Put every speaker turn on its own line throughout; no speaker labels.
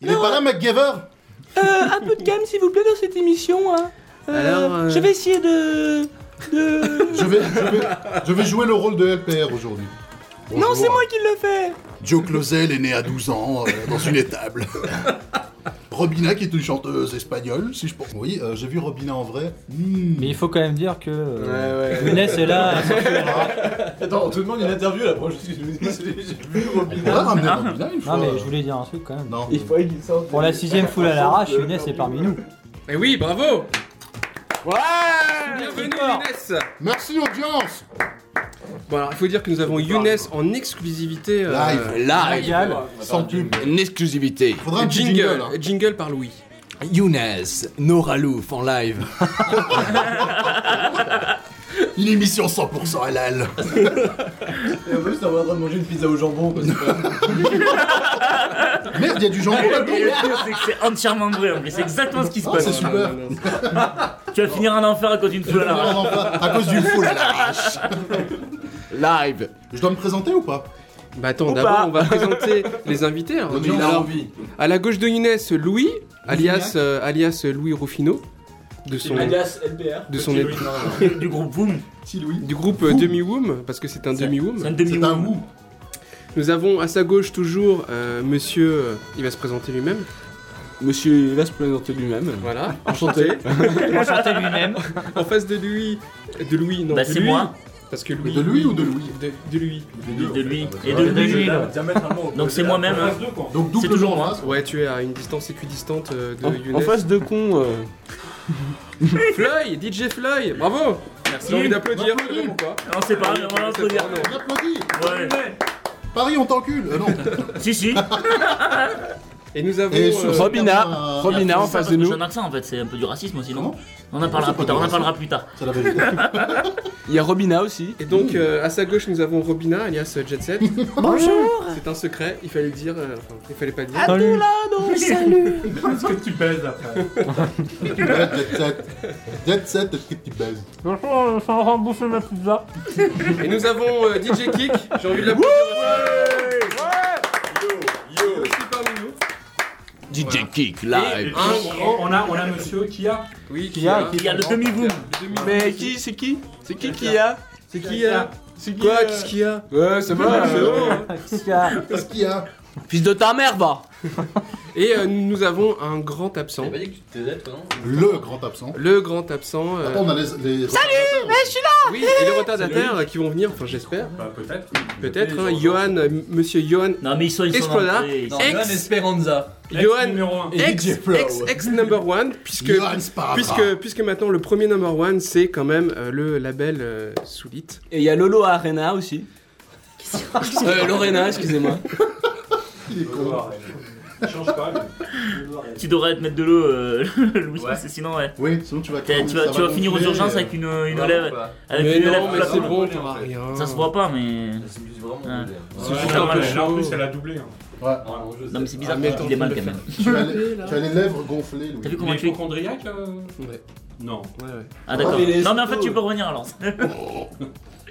Il est pas là, MacGyver
Euh, un peu de calme, s'il vous plaît, dans cette émission. hein. Euh,
Alors, euh,
Je vais essayer de. de...
je vais, je, vais, je vais jouer le rôle de LPR aujourd'hui.
non,
Bonjour.
c'est moi qui le fais.
Joe Clausel est né à 12 ans, euh, dans une étable. Robina, qui est une chanteuse espagnole, si je pense.
Oui, euh, j'ai vu Robina en vrai. Hmm.
Mais il faut quand même dire que euh,
Ouais, ouais.
Younes est là.
Attends, on te demande une interview là, moi je suis j'ai vu
On
Robin.
pourrait ramener Robina une
non
fois.
mais je voulais dire un truc quand même.
Non.
Il faudrait qu'il sorte.
Pour la sixième foule à l'arrache, Younes est parmi nous.
Mais Eh oui, bravo
Ouais
Bienvenue
Encore.
Younes
Merci, audience
Bon alors, il faut dire que nous avons Younes en exclusivité. euh,
Live.
Live,
Mondial.
Sans pub.
une exclusivité.
Faudra un petit
Jingle,
jingle.
jingle,
hein.
par Louis.
Younes, Nora Louf en live.
Une émission 100% halal.
Et en plus, t'es en train de manger une pizza au jambon. quoi, c'est pas-
Merde, il y a du jambon là-dedans
Et le pire, c'est que c'est entièrement vrai, en vrai. C'est exactement ce qui se
Ah, c'est
passe.
super
Tu vas finir en enfer à cause d'une foule à l'arrache.
Non, non, pas- À cause du fou là l'arrache
Live.
Je dois me présenter ou pas
Bah attends,
Ou
d'abord
pas.
on va présenter les invités. hein.
mais il a
Alors,
envie.
à la gauche de Younes, Louis, alias, euh, alias Louis Rufino, de son,
Alias LPR.
de son
Petit Louis. du groupe Boom.
Petit Louis.
du groupe euh, Demi Woom, parce que c'est un Demi Woom.
C'est un
C'est un
demi
ou.
Nous avons à sa gauche toujours euh, monsieur, euh, il va se présenter lui-même.
Monsieur, il va se présenter lui-même.
Voilà, enchanté.
Enchanté lui-même.
en face de lui, de Louis, non,
Bah,
de
c'est
lui,
moi.
Parce que
Mais
Louis,
de lui ou de Louis
de, de lui.
De lui
Ah,
et
bah,
de
De
lui.
lui.
Donc c'est moi-même. hein.
Donc double
C'est toujours
en
moi.
face.
Ouais, tu es à une distance équidistante euh, de Younes.
En, en face de con. euh,
Floyd, DJ Floyd, bravo Merci. J'ai envie d'applaudir.
Bravo,
ou pas
On sait pas, Ah, mais on va l'entretenir.
On applaudit
Ouais.
Paris, on t'encule Euh, Non
Si, si.
Et nous avons...
Et sur-
euh,
Robina,
euh,
Robina en face
C'est ça, parce
de
que
nous.
J'ai un accent en fait, c'est un peu du racisme aussi, non
Comment
On en
C'est
parlera
pas
plus tard,
du
on en parlera plus tard.
C'est la vérité.
Il y a Robina aussi.
Et donc, euh, à sa gauche, nous avons Robina, alias euh, Jet Set.
Bonjour
C'est un secret, il fallait le dire, euh, enfin, il fallait pas le dire.
Salut.
Salut
Est-ce que tu baises après
Ouais, Jet set. Jet set, est-ce que tu baises
Bonjour, je suis en train de bouffer ma pizza.
Et nous avons euh, DJ Kick, j'ai envie de l'applaudir. Yo, yo Aussi parmi nous.
DJ
Voilà.
Kick
Et-
live.
Un grand...
On a, on a monsieur qui a.
Oui,
Qui a-
qui a le demi-boom.
Mais qui c'est qui C'est qui qui a
C'est qui a
C'est qui
Quoi
euh
Qu'est-ce qu'il y a
Ouais, c'est moi.
C'est
euh,
bon, hein.
Qu'est-ce qu'il y a
Qu'est-ce qu'il y a
Fils de ta mère, va.
Et euh, nous avons un grand absent.
pas dit que tu te taisais, toi, non
Le grand absent.
Le grand absent. euh,
Attends, on a les. Salut
Oui, et les retardataires euh, qui vont venir, enfin j'espère.
Bah peut-être.
Peut-être, hein, Johan, euh, monsieur Johan,
Non, mais ils sont, ils sont
Esplanade.
rentrés, ils sont-
Non,
Ex-
Johan Esperanza.
Johan,
numéro 1.
ex,
DJ Flow.
ex, ex number one, puisque,
Johan Sparabra.
puisque, puisque maintenant le premier number one c'est quand même euh, le label euh, Soulite.
Et il y a Lolo Arena aussi. Euh, Lorena, excusez-moi.
Change pas.
Tu devrais te mettre de l'eau, euh, Louis, parce que sinon, ouais.
Oui, sinon tu vas
T'as- Tu vas, tu vas finir aux
euh.
urgences avec une, une
Vraiment
lèvre.
pas.
Avec
mais
une
non,
lèvre
mais
la
c'est
poule.
bon, on verra rien.
Ça se voit pas, mais. Ah.
C'est juste vraiment
Ouais.
mauvais.
C'est
Ouais,
juste
ouais,
un peu
ouais.
chaud.
doublé. hein.
Vraiment, je sais.
Non, mais c'est bizarre,
Ah, mais
il est mal quand même.
Tu as les, tu as les lèvres gonflées,
T'as vu
Louis.
comment tu es
Chondriac
Ouais.
Non.
Ouais, ouais.
Ah, d'accord.
mais les
Non, mais en fait,
escrocs.
tu peux revenir alors.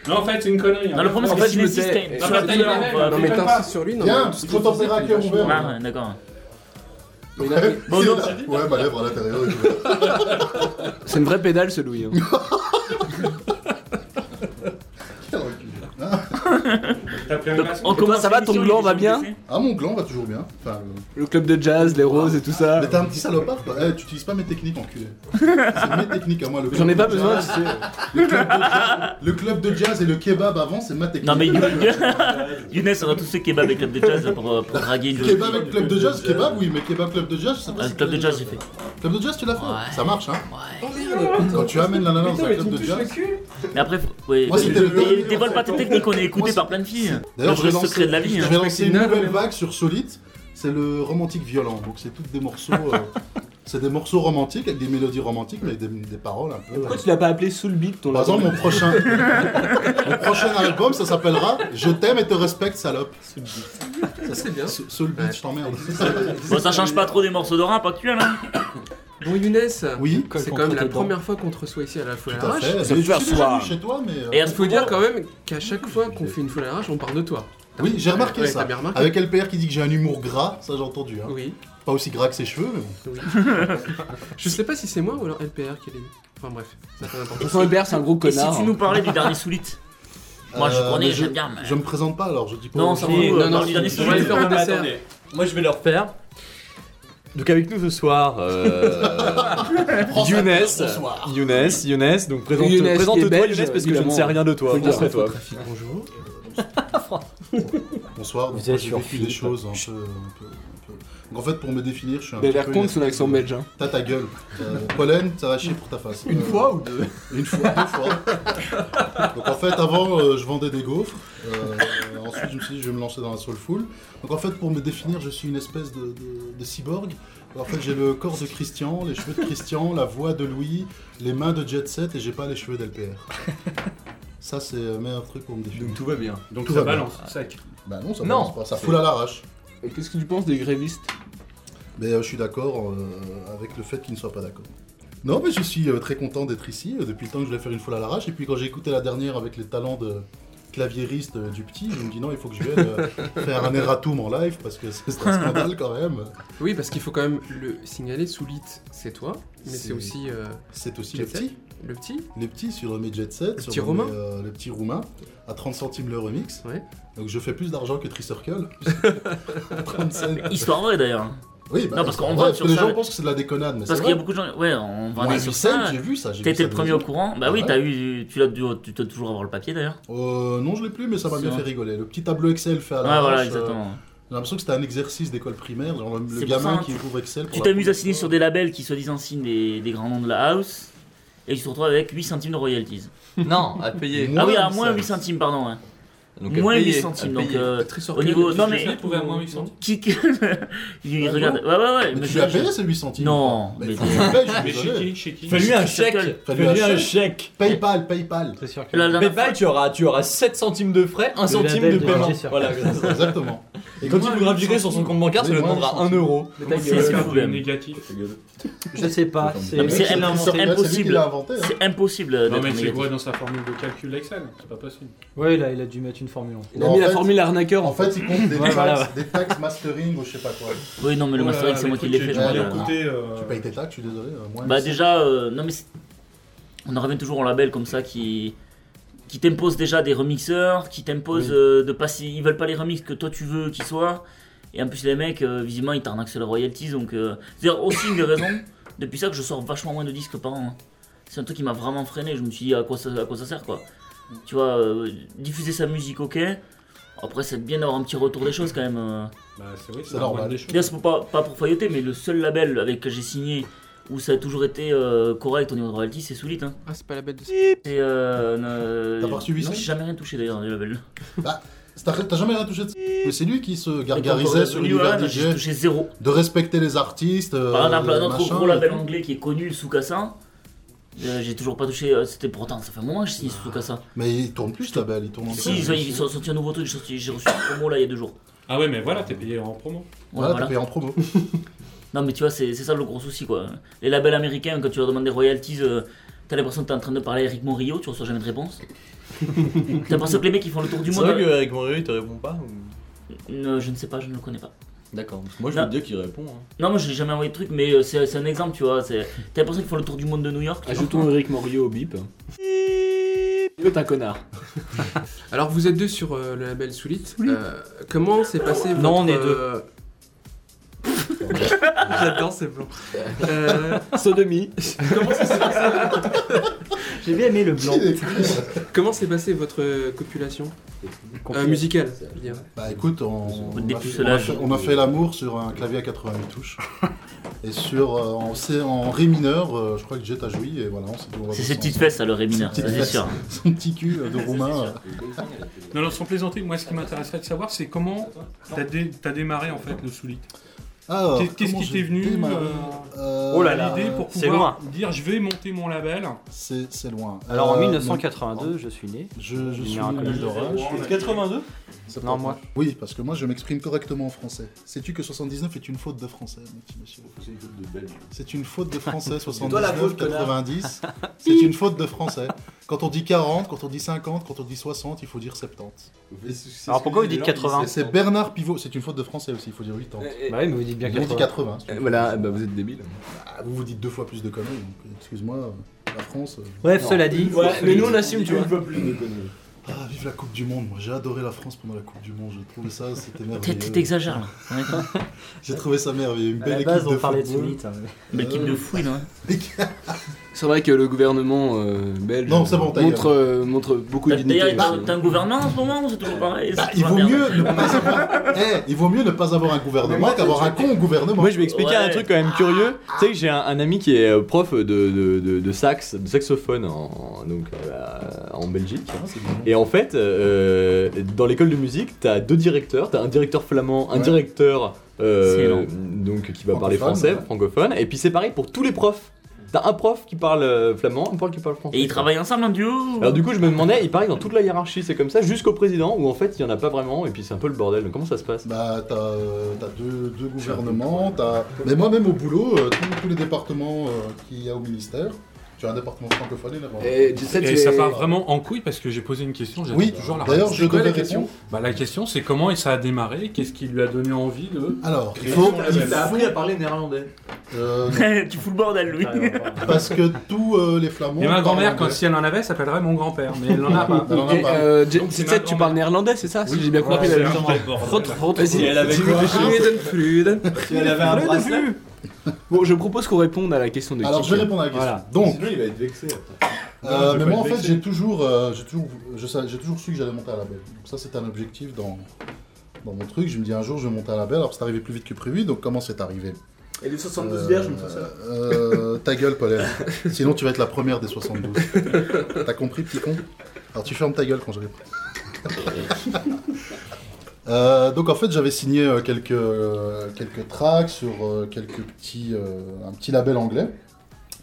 Non, en fait, c'est une connerie. hein.
Non, le problème, c'est
En
que
fait,
si
je me
Nessie,
tais.
c'est
Et
quand
sur
même.
la télé, ouais,
Non, mais t'insistes sur lui, non
Viens,
mais-
trop température à cœur ouvert.
Ah, ouais, d'accord.
Mais là,
Bon, non,
Ouais, ma lèvre à l'intérieur.
C'est une vraie pédale, ce Louis. hein.
Quel recul.
Donc, on commence
Ça va,
l'émission,
ton gland
il
va
est
bien
blessé.
Ah, mon gland va toujours bien. Enfin, euh,
Le club de jazz, les roses et tout ça.
Mais t'es un petit salopard, toi. Eh, tu utilises pas mes techniques, enculé. C'est mes techniques à moi. le
J'en ai
club
pas
de
besoin, tu
jazz.
sais.
Le club, de jazz, le club de jazz et le kebab avant, c'est ma technique.
Non, mais Younes- Younes, on a tous fait kebab et club de jazz pour, euh, pour draguer une
Kebab avec club de jazz, kebab, oui, mais kebab club de jazz, je sais pas
Ah,
si
club
c'est
de jazz, j'ai fait.
Club de jazz, tu l'as fait
Ouais.
Ça marche, hein
Ouais.
Quand tu amènes la nana dans un club de jazz.
Mais après, faut- ouais,
Moi,
dé-
c'était le
dé-
dernier,
dévoile
en
pas
fait.
tes techniques, on est écouté
Moi,
par plein de filles.
D'ailleurs,
Le
je vais
vrai secret
lancer,
de la vie.
je
hein.
vais lancer une
nana,
nouvelle
mais-
vague sur Solite. C'est le romantique violent. Donc, c'est toutes des morceaux. euh, C'est des morceaux romantiques avec des mélodies romantiques, mais avec des, des paroles un peu. euh,
Pourquoi tu l'as pas appelé Soul Beat ton
Par
lapin
exemple, mon prochain, mon prochain album, ça s'appellera Je t'aime et te respecte, salope.
Ça c'est bien.
Soul- Soul Beat, je t'emmerde.
Bon, ça change pas trop des morceaux de rap actuels, hein.
Bon, Younes,
Oui,
c'est quand même la première fois qu'on te reçoit ici à la foule à
tout à
l'arrache.
fait.
Ça peut
Mais je
faire
suis déjà
soir.
venu chez toi, mais. euh,
Et à
Il
ce
faut
moment-là,
dire quand même qu'à chaque fois qu'on fait une foule à l'arrache, on parle de toi.
Oui, j'ai remarqué
Ouais,
ça.
t'as bien remarqué.
Avec LPR qui dit que j'ai un humour gras, ça j'ai entendu. Hein.
Oui.
Pas aussi gras que ses cheveux, mais bon.
Je sais pas si c'est moi ou alors LPR qui est Enfin bref, ça fait n'importe
De toute façon, Hébert, c'est un gros
Et si
connard. hein.
tu nous parlais du dernier Soulite Moi, je connais,
Euh, mais
j'aime bien, mais-
Je me présente pas alors, je dis pas.
Non,
je...
ça
quoi.
va.
Non, non,
du
on
dernier
va le
Soulite.
faire en dessert.
Attendez, moi je vais leur faire.
Donc avec nous ce soir, euh, Younes,
Bonsoir.
Younes, Younes, donc présente,
Younes qui est
présente-toi
belge,
Younes parce que je ne
évidemment.
sais rien de toi,
Faut le dire.
toi
Bonjour.
Bah,
Bonsoir,
Vous
donc,
êtes
moi, j'ai
sur
vécu
Philippe.
des choses un peu, un peu- un peu- Donc en fait, pour me définir, je suis un
Il a
petit
l'air
peu
con de
une-
son accent belge. hein.
T'as ta gueule. Euh, pollen, ça va chier pour ta face.
Une
Euh,
fois ou deux
Une fois, deux fois. Donc en fait, avant, euh, je vendais des gaufres. Euh, ensuite, je me suis dit, je vais me lancer dans la soulful. Donc en fait, pour me définir, je suis une espèce de, de- de cyborg. En fait, j'ai le corps de Christian, les cheveux de Christian, la voix de Louis, les mains de Jet Set et j'ai pas les cheveux d'LPR. Ça, c'est le meilleur truc pour me définir.
Donc tout va bien.
Donc
ça balance, sec.
Bah non, ça
Non.
balance pas. Ça fout à l'arrache.
Et qu'est-ce que tu penses des grévistes
Mais euh, je suis d'accord euh, avec le fait qu'il ne soit pas d'accord. Non, mais je suis euh, très content d'être ici euh, depuis le temps que je voulais faire une foule à l'arrache. Et puis quand j'ai écouté la dernière avec les talents de claviériste euh, du petit, je me dis non, il faut que je vienne euh, faire un erratum en live parce que c'est un scandale quand même.
Oui, parce qu'il faut quand même le signaler, Soulite, c'est toi, mais
C'est-
c'est aussi euh,
C'est aussi
Jet
le
Set.
petit,
le petit.
les petits sur mes Jet Set,
Le
sur
petit
mes,
Romain.
euh, le petit Roumain, à 30 centimes le remix.
Ouais.
Donc je fais plus d'argent que Tricircle. 30 cents.
Histoire vraie d'ailleurs.
Oui, bah,
Non, parce qu'on
ouais,
vote sur
les
ça,
gens
mais-
pensent que c'est de la déconnade, mais c'est
Parce qu'il y
vrai.
a beaucoup de gens. Ouais, on
Moins
va sur
8 cents,
ça.
j'ai vu ça. j'ai vu
T'étais
ça
le
dans
premier
les
au courant. Bah
Ah
oui,
ouais.
t'as eu, tu l'as, dû- tu dois toujours avoir le papier d'ailleurs.
Euh, non, je l'ai plus, mais ça m'a
C'est
bien
vrai.
fait rigoler. Le petit tableau Excel fait à
Ouais,
la
voilà,
hanche, euh,
exactement.
J'ai l'impression que c'était un exercice d'école primaire, genre le, le
C'est pour
gamin
ça,
qui ouvre Excel. pour
Tu
la
t'amuses à
première
signer
fois.
sur des labels qui soi-disant signent des, des grands noms de la house et tu te retrouves avec 8 centimes de royalties.
Non, à payer.
Moins
ah oui, à
8
moins 8
cents.
centimes, pardon. hein.
Donc, à
moins
payer,
8 centimes.
à
Donc
payer.
euh,
Tricircle,
au niveau.
le-
Non
Je
mais.
l'ai trouvé à moins 8 centimes.
Qui... il regarde. Ouais, ouais, ouais.
Mais
mais
tu
je-
l'as payé ces 8 centimes
Non,
Mais
mais-
faut que je paye, je suis
Mais
désolé.
chez qui Chez qui
Fais-lui un
Circle.
chèque
Fais-lui un
Fais-lui un
chèque.
chèque
Paypal, Paypal.
C'est sûr que.
La dernière
Paypal, tu auras, tu auras 7 centimes de frais, 1 centime
label
de
de
paiement.
Roger Circle.
Voilà, c'est ça.
Exactement.
Et quand il voudra virer sur son compte bancaire, ça
Oui,
lui
moi,
demandera
un
1 euro.
Mais ta
fois,
gueule.
c'est- c'est
C'est
fou, même.
négatif.
Je sais pas.
Non,
C'est
mais c'est
c'est
impossible.
Tricircle, C'est lui
inventé.
qui
impossible.
l'a inventé. hein.
C'est impossible
Non
d'être
mais c'est
négatif.
quoi dans sa formule de calcul d'Excel C'est pas possible.
Ouais, là, il a dû mettre une formule. en fait.
Il a
Non,
mis
en
la
fait-
formule arnaqueur
En
en
fait, il compte des
Ouais, voilà,
taxes, des taxes mastering ou je sais pas quoi.
Oui, non,
Oh
Oh
mais le mastering, c'est moi qui l'ai fait. je
j'ai
m'en
dû
rappelle.
écouter. Tu
Tu
payes tes taxes, je suis désolé. euh, moins
Bah
800.
déjà, euh, non mais c'est- on en revient toujours en label comme ça qui qui t'impose déjà des remixeurs, qui t'impose euh, de passer, ils veulent pas les remix que toi tu veux qu'ils soient. Et en plus les mecs, euh, visiblement ils t'arnaquent sur la royalties, donc euh, c'est aussi une des raisons depuis ça que je sors vachement moins de disques par an. hein. C'est un truc qui m'a vraiment freiné. Je me suis dit à quoi ça, à quoi ça sert quoi. Tu vois, euh, diffuser sa musique, ok. Après, c'est bien d'avoir un petit retour des choses quand même. euh.
Bah c'est vrai,
C'est
c'est normal
normal.
des
Bien,
choses.
c'est pour pas, pas pour failloter, mais le seul label avec que j'ai signé où ça a toujours été euh, correct au niveau de royalty, c'est Soulite. Hein.
Ah, c'est pas la belle de.
Et euh, euh,
T'as pas reçu
non,
800?
J'ai jamais rien touché d'ailleurs dans les labels.
T'as t'as jamais rien touché de ça. Mais c'est lui qui se
Et
gargarisait
quand
sur
on est
l'univers
revenu, ouais, euh, J'ai
DJ,
touché zéro.
de respecter les artistes. euh,
Par exemple, un autre
machin,
gros label anglais qui est connu, Sukasa. euh, j'ai toujours pas touché, euh, c'était pourtant ça fait un moment que je signe Sukasa.
Mais il tourne plus ce label, il tourne en
Si, ils ont, ils ont sorti un nouveau truc, j'ai sorti- j'ai reçu un promo là il y a deux jours.
Ah ouais mais voilà, t'es payé en promo.
Voilà,
Voilà, t'as
voilà.
payé en promo.
Non mais tu vois, c'est c'est ça le gros souci quoi. Les labels américains, quand tu leur demandes des royalties, euh, t'as l'impression que t'es en train de parler à Eric Morillo, tu reçois jamais de réponse. t'as l'impression que les mecs ils font le tour du
C'est
monde.
vrai
euh,
qu'avec Mario, il te répond pas ou-
euh, je ne sais pas, je ne le connais pas.
D'accord. Moi,
Ah.
Non.
veux dire qu'il répond. hein.
Non, moi je n'ai jamais envoyé de truc, mais euh, c'est c'est un exemple, tu vois. c'est- T'as l'impression qu'ils font le tour du monde de New York.
Ah,
tu vois.
Ajoutons Eric Morio au bip. L'autre un connard.
Alors vous êtes deux sur euh, le label Soulite. Euh, comment s'est passé votre...
Non, on est deux.
euh, J'adore ces blancs. Euh,
Sodomie.
J'ai bien aimé le blanc.
comment s'est passée votre euh, copulation Euh, musicale je veux dire.
Bah écoute, on, on a,
Au
fait, on a
dépucelage.
fait- on a fait l'amour sur un clavier à 88 touches. et sur euh, en, C- en ré mineur, euh, je crois que Jet a joui et voilà, on s'est
C'est ses petites fesses, ça, le Rémineur,
Ses
ça
petites
c'est
fesses.
sûr.
Son petit cul euh, de roumain. euh.
Non non sans plaisanter, moi ce qui m'intéresserait de savoir c'est comment t'as dé- t'as démarré en fait le soulite.
Alors,
Qu'est- qu'est-ce
comment
qui t'est
j'ai
venu,
démarré
euh,
Euh,
Oh là là,
L'idée pour
c'est
pouvoir dire je vais monter mon label.
C'est c'est loin.
Alors en
Euh,
1982, je suis né.
Je, je
Il y a
suis
un
une
collège
île
de
d'orage.
Ouais.
82
C'est
Non,
pas
moi.
vrai. Oui, parce que moi je m'exprime correctement en français. Sais-tu que 79 est une faute de français, mon petit monsieur C'est une faute de français,
Toi, la faute,
79, 90. C'est une faute de français. Quand on dit 40, quand on dit 50, quand on dit 60, il faut dire 70.
Alors pourquoi vous dites 80
C'est Bernard Pivot, c'est une faute de français aussi, il faut dire 80.
Bah oui, mais vous dites bien
Nous, on dit 80.
Euh, Voilà, bah, vous êtes débile.
Ah, vous vous dites deux fois plus de conneries, donc euh, excuse-moi, euh, la France. euh,
Bref,
non.
cela dit.
Ouais, mais nous on assume, tu vois.
Ah, vive la Coupe du Monde, moi j'ai adoré la France pendant la Coupe du Monde, j'ai trouvé ça, c'était
T'es-
merveilleux.
t'es- T'exagères là. On est d'accord
J'ai trouvé ça merveilleux, une
À
belle
la
équipe
base,
de
on parlait de
football.
Smith. hein, mais-
Mais L'équipe de fouine, hein.
C'est vrai que le gouvernement euh, belge
Non, c'est bon, ta
montre, euh, montre beaucoup
D'ailleurs,
d'unité.
il parle-
aussi.
t'as un gouvernement en ce moment ou c'est toujours pareil
Bah,
C'est
il
toujours
vaut
la merde.
mieux ne pas avoir... Eh, il vaut mieux ne pas avoir un gouvernement qu'avoir un con gouvernement.
Moi, je vais expliquer un
Ouais.
truc quand même curieux. Tu sais que j'ai un, un ami qui est euh, prof de, de, de- de sax, de saxophone en, en- donc, euh, en Belgique.
Ah, c'est bon.
Et en fait, euh, dans l'école de musique, t'as deux directeurs. T'as un directeur flamand, un
Ouais.
directeur euh,
Excellent.
donc qui va parler
Francophone,
français,
ouais.
francophone. Et puis c'est pareil pour tous les profs. T'as un prof qui parle euh, flamand, un prof qui parle français.
Et ils travaillent ensemble en duo ou-
Alors du coup, je me demandais, il paraît que dans toute la hiérarchie, c'est comme ça, jusqu'au président, où en fait, il y en a pas vraiment, et puis c'est un peu le bordel. Donc, Comment ça se passe
Bah, t'as euh, t'as deux, deux gouvernements, t'as... Mais moi, même au boulot, euh, tous, tous les départements euh, qu'il y a au ministère, tu as un département francophone et néerlandophone.
Et tu sais, tu
Et ça
es-
part vraiment en couille parce que j'ai posé une question, j'attends
Oui,
toujours la
d'ailleurs,
réponse.
je
C'est quoi
devais
la question Bah la question c'est comment ça a démarré, qu'est-ce qui lui a donné envie de...
Alors, il faut... il
T'as
faut-
appris à parler néerlandais.
euh, non,
tu fous le bordel, Louis.
parce que tous euh, les flamands...
Et ma grand-mère,
parlent
quand si elle en avait, s'appellerait mon grand-père, mais elle en a pas.
anglais. Non, non,
Et,
non, pas-
euh, J-
Donc, c'est
tu
ma
sais, tu
grand-mère.
parles néerlandais, c'est ça Ah, Si j'ai bien compris, la leçon. Vas-y,
elle avait
tu
quoi
veux- Fluden, fluden.
Elle avait un bracelet.
Bon, je propose qu'on réponde à la question de
Alors, je
Kiki.
vais répondre à la question.
Voilà.
Donc,
Sinon, il va être vexé.
Euh,
je
mais
vais
moi, en
pas
fait,
être
j'ai toujours, euh, j'ai toujours, je sais- j'ai toujours su que j'allais monter à la belle. Donc ça, c'était un objectif dans, dans mon truc. Je me dis un jour, je vais monter à la belle. Alors, c'est arrivé plus vite que prévu. Donc, comment c'est arrivé
Et les
Euh,
72 vierges, on fait ça.
euh, Ta gueule, Paul. Sinon, tu vas être la première des 72. T'as compris, petit con Alors, tu fermes ta gueule quand j'arrive. Euh, donc en fait j'avais signé euh, quelques, euh, quelques tracks sur euh, quelques petits, euh, un petit label anglais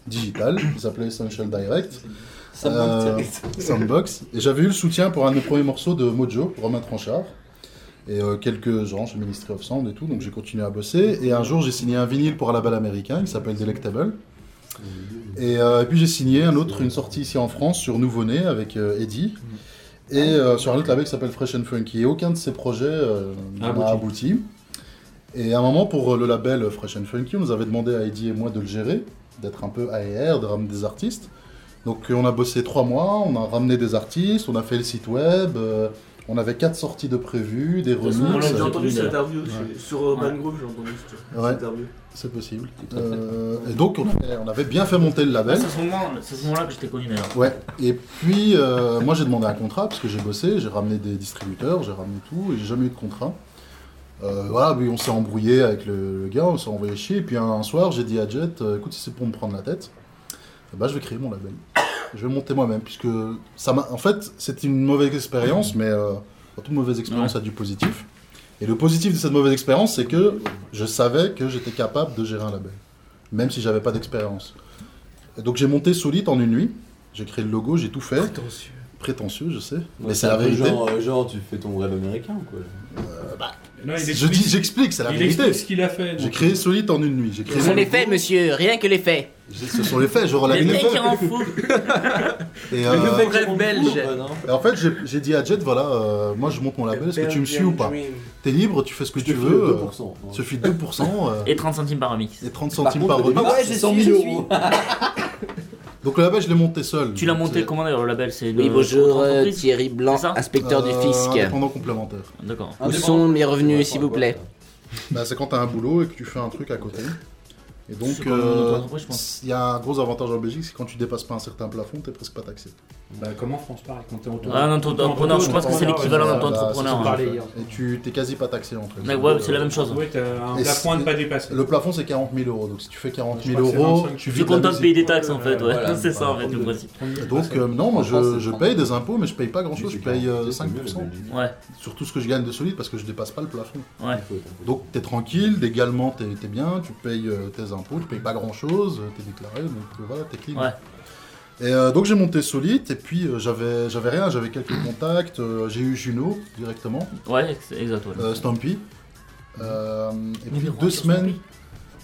digital qui s'appelait Essential Direct. Euh, Sandbox. Et j'avais eu le soutien pour un de mes premiers morceaux de Mojo, Romain Tranchard. Et euh, quelques gens chez Ministry of Sound et tout, donc j'ai continué à bosser. Et un jour, j'ai signé un vinyle pour un label américain qui s'appelle Delectable. Et, euh, et puis j'ai signé un autre, une sortie ici en France sur Nouveau Né avec euh, Eddie. Et euh, sur un autre label qui s'appelle Fresh and Funky. Et aucun de ces projets euh, n'a abouti.
Abouti.
Et à un moment, pour euh, le label Fresh and Funky, on nous avait demandé à Eddie et moi de le gérer, d'être un peu AR, de ramener des artistes. Donc euh, on a bossé trois mois, on a ramené des artistes, on a fait le site web, euh, on avait quatre sorties de prévues, des
De toute façon,
remixes.
J'ai entendu cette
euh,
interview
Ouais.
sur- sur Urban Groove, j'ai entendu cette cette
Ouais.
interview.
C'est possible. Euh, et donc on avait, on avait bien fait monter le
Ah,
label.
C'est à ce moment- c'est à ce moment-là que je t'ai connu d'ailleurs.
Ouais. Et puis euh, moi j'ai demandé un contrat parce que j'ai bossé, j'ai ramené des distributeurs, j'ai ramené tout et j'ai jamais eu de contrat. Euh, voilà, puis on s'est embrouillé avec le, le gars, on s'est envoyé chier. Et puis un, un soir j'ai dit à Jet, euh, écoute si c'est pour me prendre la tête, eh ben, je vais créer mon label. Je vais monter moi-même puisque ça m'a. En fait c'était une mauvaise expérience, mais euh, dans toute mauvaise expérience il y a du positif. Et le positif de cette mauvaise expérience c'est que je savais que j'étais capable de gérer un label, même si j'avais pas d'expérience. Et Donc j'ai monté Solite en une nuit. J'ai créé le logo, j'ai tout fait. Prétentieux. Prétentieux, je sais. mais c'est la vérité.
genre, tu fais ton rêve américain, quoi.
Non, il
Je dis,
explique-
j'explique, c'est la
euh, il explique
vérité.
ce qu'il a fait.
J'ai
donc.
créé Solite en une nuit. J'ai créé. mon logo.
monsieur, rien que les faits.
J'ai- Ce sont les faits. Je relève
Les
les
mecs,
faits.
ils en fous.
Et, euh,
Rêve belge.
et en fait, j'ai j'ai dit à Jet, voilà, euh, moi je monte mon label. Est-ce que tu me suis ou pas T'es libre, tu fais ce que tu veux. euh, Il suffit de 2%. euh,
Et 30 centimes par remix.
Et 30 centimes par
contre, au
remix.
départ,
Ah ouais,
c'est
je
100
suis,
000
je
euros.
Donc le label, je l'ai monté seul.
Tu l'as
Donc,
monté
c'est-
comment d'ailleurs le label C'est une
Oui,
euh,
bonjour, euh,
entreprise
Thierry Blanc,
C'est ça
inspecteur du
Euh,
fisc.
Indépendant complémentaire.
D'accord.
Où sont les revenus, s'il vous plaît
Bah, c'est quand t'as un boulot et que tu fais un truc à côté. Et
C'est
donc,
comme
euh,
une entreprise, je pense.
il y a un gros avantage en Belgique, c'est quand tu dépasses pas un certain plafond, t'es presque pas taxé.
Bah, comment France pareil quand t'es auto-
Ah, un auto-entrepreneur, je pense que c'est
Entrepreneur,
l'équivalent d'un
ouais, bah,
auto-entrepreneur.
c'est
hein.
ce que j'ai
hein.
fait. Et tu t'es quasi pas taxé en fait.
Mais ouais, c'est la même chose.
Ah, Ouais, t'as un
Et
plafond à ne
c'est-
pas dépasser.
Le plafond c'est 40 000 euros, donc si tu fais 40
Je
000
crois que c'est
euros,
25.
tu
Tu es
vis de la
content de
musique.
payer des taxes en fait, ouais.
Voilà,
c'est ça en
bah,
fait le principe.
Et Donc euh, non, moi
Ah,
je, je paye des impôts, mais je paye pas grand chose, je paye euh, 5%
Ouais,
sur tout ce que je gagne de solide parce que je dépasse pas le plafond.
ouais.
Donc t'es tranquille, légalement t'es t'es bien, tu payes euh, tes impôts, tu payes pas grand chose, t'es déclaré, donc euh, voilà, t'es clean.
Ouais.
Et euh, donc j'ai monté Solite, et puis euh, j'avais j'avais rien, j'avais quelques contacts, euh, j'ai eu Juno directement,
Ouais, ex- exact. ouais.
euh, Stampy. Euh, et puis
Numéro un
deux
sur
semaines.
Stampy.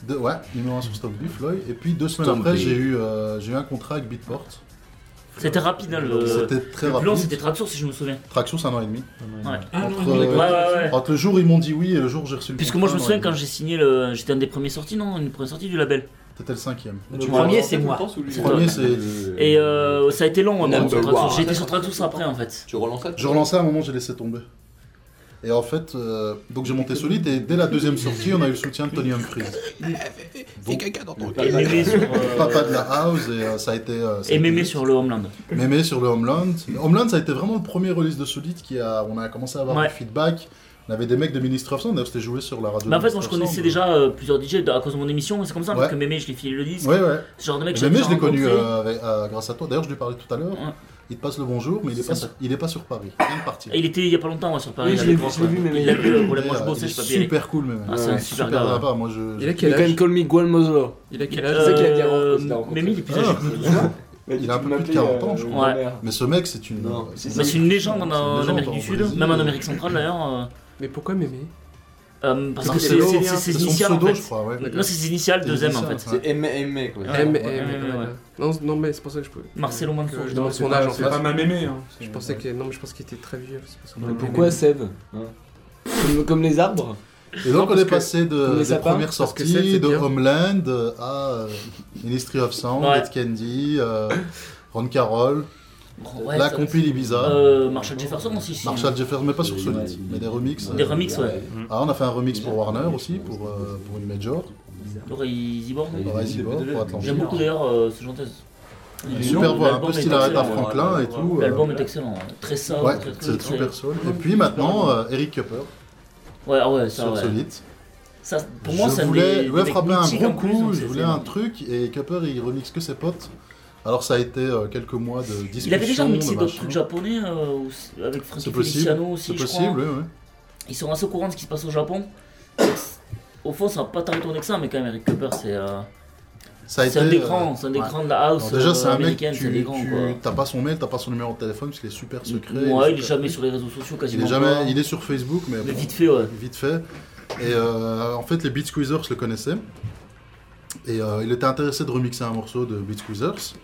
deux- ouais, numéro 1 sur Stampy, Floyd. Et puis deux semaines
Stampy.
après, j'ai eu, euh, j'ai eu un contrat avec Beatport.
C'était rapide, hein, le.
C'était très
le plan,
rapide.
c'était Traxxur, si je me souviens.
Traction, c'est un an et demi.
Ouais.
Entre,
Ouais,
euh,
ouais, ouais.
entre le jour où ils m'ont dit oui et le jour où j'ai reçu le
Puisque moi je me
contrat,
souviens quand j'ai signé le. J'étais un des premiers sorties, non Une première sortie du label.
T'étais le cinquième.
Le premier, c'est moi.
Le premier, c'est.
Et euh, ça a été long, moi,
Number
sur Traxxur.
one.
J'ai été sur Traxxur après en fait.
Tu relances ça
Je relançais à un moment, j'ai laissé tomber. Et en fait, euh, donc j'ai monté solide et dès la deuxième sortie, on a eu le soutien de Tony Humphries.
Fais caca dans ton
Et mémé sur. euh,
Papa de la house et euh, ça a été. euh, ça a été-
Et mémé sur le Homeland.
Mémé sur le Homeland. Homeland, ça a été vraiment le premier release de Solid qui a, on a commencé à avoir
Ouais.
du feedback. On avait des mecs de Ministre of Sound, d'ailleurs c'était joué sur la radio.
Mais Bah, en fait,
de
moi je
Ministry of
connaissais
Sound.
déjà euh, plusieurs DJ à cause de mon émission, c'est comme ça,
Ouais.
parce que mémé, je lui ai filé le disque.
Ouais, ouais.
Ce genre de mec,
Mémé,
déjà
je l'ai connu
rencontré.
euh, avec- euh, grâce à toi. D'ailleurs, je lui parlais tout à l'heure.
Ouais.
Il te passe le bonjour, mais il est,
C'est
pas,
ça.
sur- il est pas sur Paris. Il vient de partir.
Et Il était il y a pas longtemps ouais, sur Paris.
Oui, je
à
l'ai
l'époque,
vu, je l'ai
ouais.
vu, Mémé.
Il l'a vu, euh, pour les- moi je
Et, euh,
bossais,
il
je
est
peux pas
Super cool, Mémé.
Ah, c'est
Ouais,
un super gars, ouais.
sympa. Moi, je-
Il a
You
quel
can
âge
call me Gwen Mosolo.
Il a quel âge
Euh,
sais qu'il a bien rencontré, il a rencontré.
Mémé, il est plus
Ah.
âgé que nous tous.
Il a un peu plus de 40
euh,
ans, je
crois.
Mais ce mec, c'est une.
Non,
c'est
Mais c'est une légende en,
C'est une
en
légende
Amérique
en
du Sud,
Brésil.
même en Amérique centrale d'ailleurs. euh,
Mais pourquoi mémé
euh, parce
Parce
que
que
c'est
c'est
c'est- c'est
c'est
ses
son
initiales en
pseudo,
fait.
je crois. ouais.
Non, c'est ses initiales de
C'est
Zem en
initiales,
fait.
ouais.
C'est MMA quoi.
Ouais,
M,
ouais,
M,
ouais,
ouais,
ouais.
ouais. Non, non, mais c'est pour ça que je pouvais.
Marcelo Manfort,
que je
je
demande
pense.
son âge en
C'est
fait.
pas ma mémé. Hein.
Je pensais que non, mais je pense qu'il était très vieux. c'est pour ça qu'on
Mais
l'a
pourquoi
nommé.
Sève comme, comme les arbres
Et donc, on
parce
est
que-
passé
les
de des
sapins,
premières
parce que c'est-
sorties
c'est
de
bien.
Homeland euh, à euh, Ministry of Sound,
Ouais.
Dead Candy, euh, Ron Carroll,
Bon, Oh, ouais,
la
ça-
compil Ibiza,
Euh, Marshall Jefferson aussi. si.
Marshall Jefferson, mais pas sur
Ouais,
Solid,
ouais.
mais des remixes.
Des
euh,
remixes, ouais.
Ah, on a fait un remix pour Warner aussi, pour, euh, pour une major,
Alors, ils y bornent.
pour Icybor, pour Atlantic.
euh, J'aime beaucoup d'ailleurs euh, ce chanteuse.
Une super voix, un peu style Aretha Franklin et tout. euh,
L'album est excellent, hein. très sobre.
Ouais,
très- très-
c'est
très-
super soul. Et puis maintenant, euh, Eric Cooper
Ouais, ah ouais, ça,
sur
ouais.
Solid.
Ça, pour moi,
je
ça
voulais
des-
lui
des
frapper un
mythiques
gros
en plus,
coup,
donc
je
c'est-
voulais
c'est-
un truc, et Cooper il remixe que ses potes. Alors ça a été euh, quelques mois de discussion.
Il avait déjà mixé
de
d'autres
machin.
trucs japonais euh, ou- avec Frankie
C'est possible,
Feliciano aussi,
C'est
je
possible,
crois.
oui, oui.
Ils sont assez au courant de ce qui se passe au Japon. Au fond, ça va pas tant retourner que ça, mais quand même, Eric Cooper, c'est euh,
Ça a été.
c'est un des
euh,
grands, c'est un des
ouais.
grands de la house
Alors déjà,
euh,
c'est un mec,
américaine, c'est un des
tu,
grands.
tu-
quoi.
t'as pas son mail, t'as pas son numéro de téléphone parce qu'il est super secret.
Ouais, il est
super-
jamais sur les réseaux sociaux
Il
quasiment.
est jamais,
pas.
il est sur Facebook, mais
Mais
bon,
vite fait, ouais.
vite fait. Et euh, en fait, les Beat Squeezers le connaissaient. Et euh, il était intéressé de remixer un morceau de Beat Squeezers.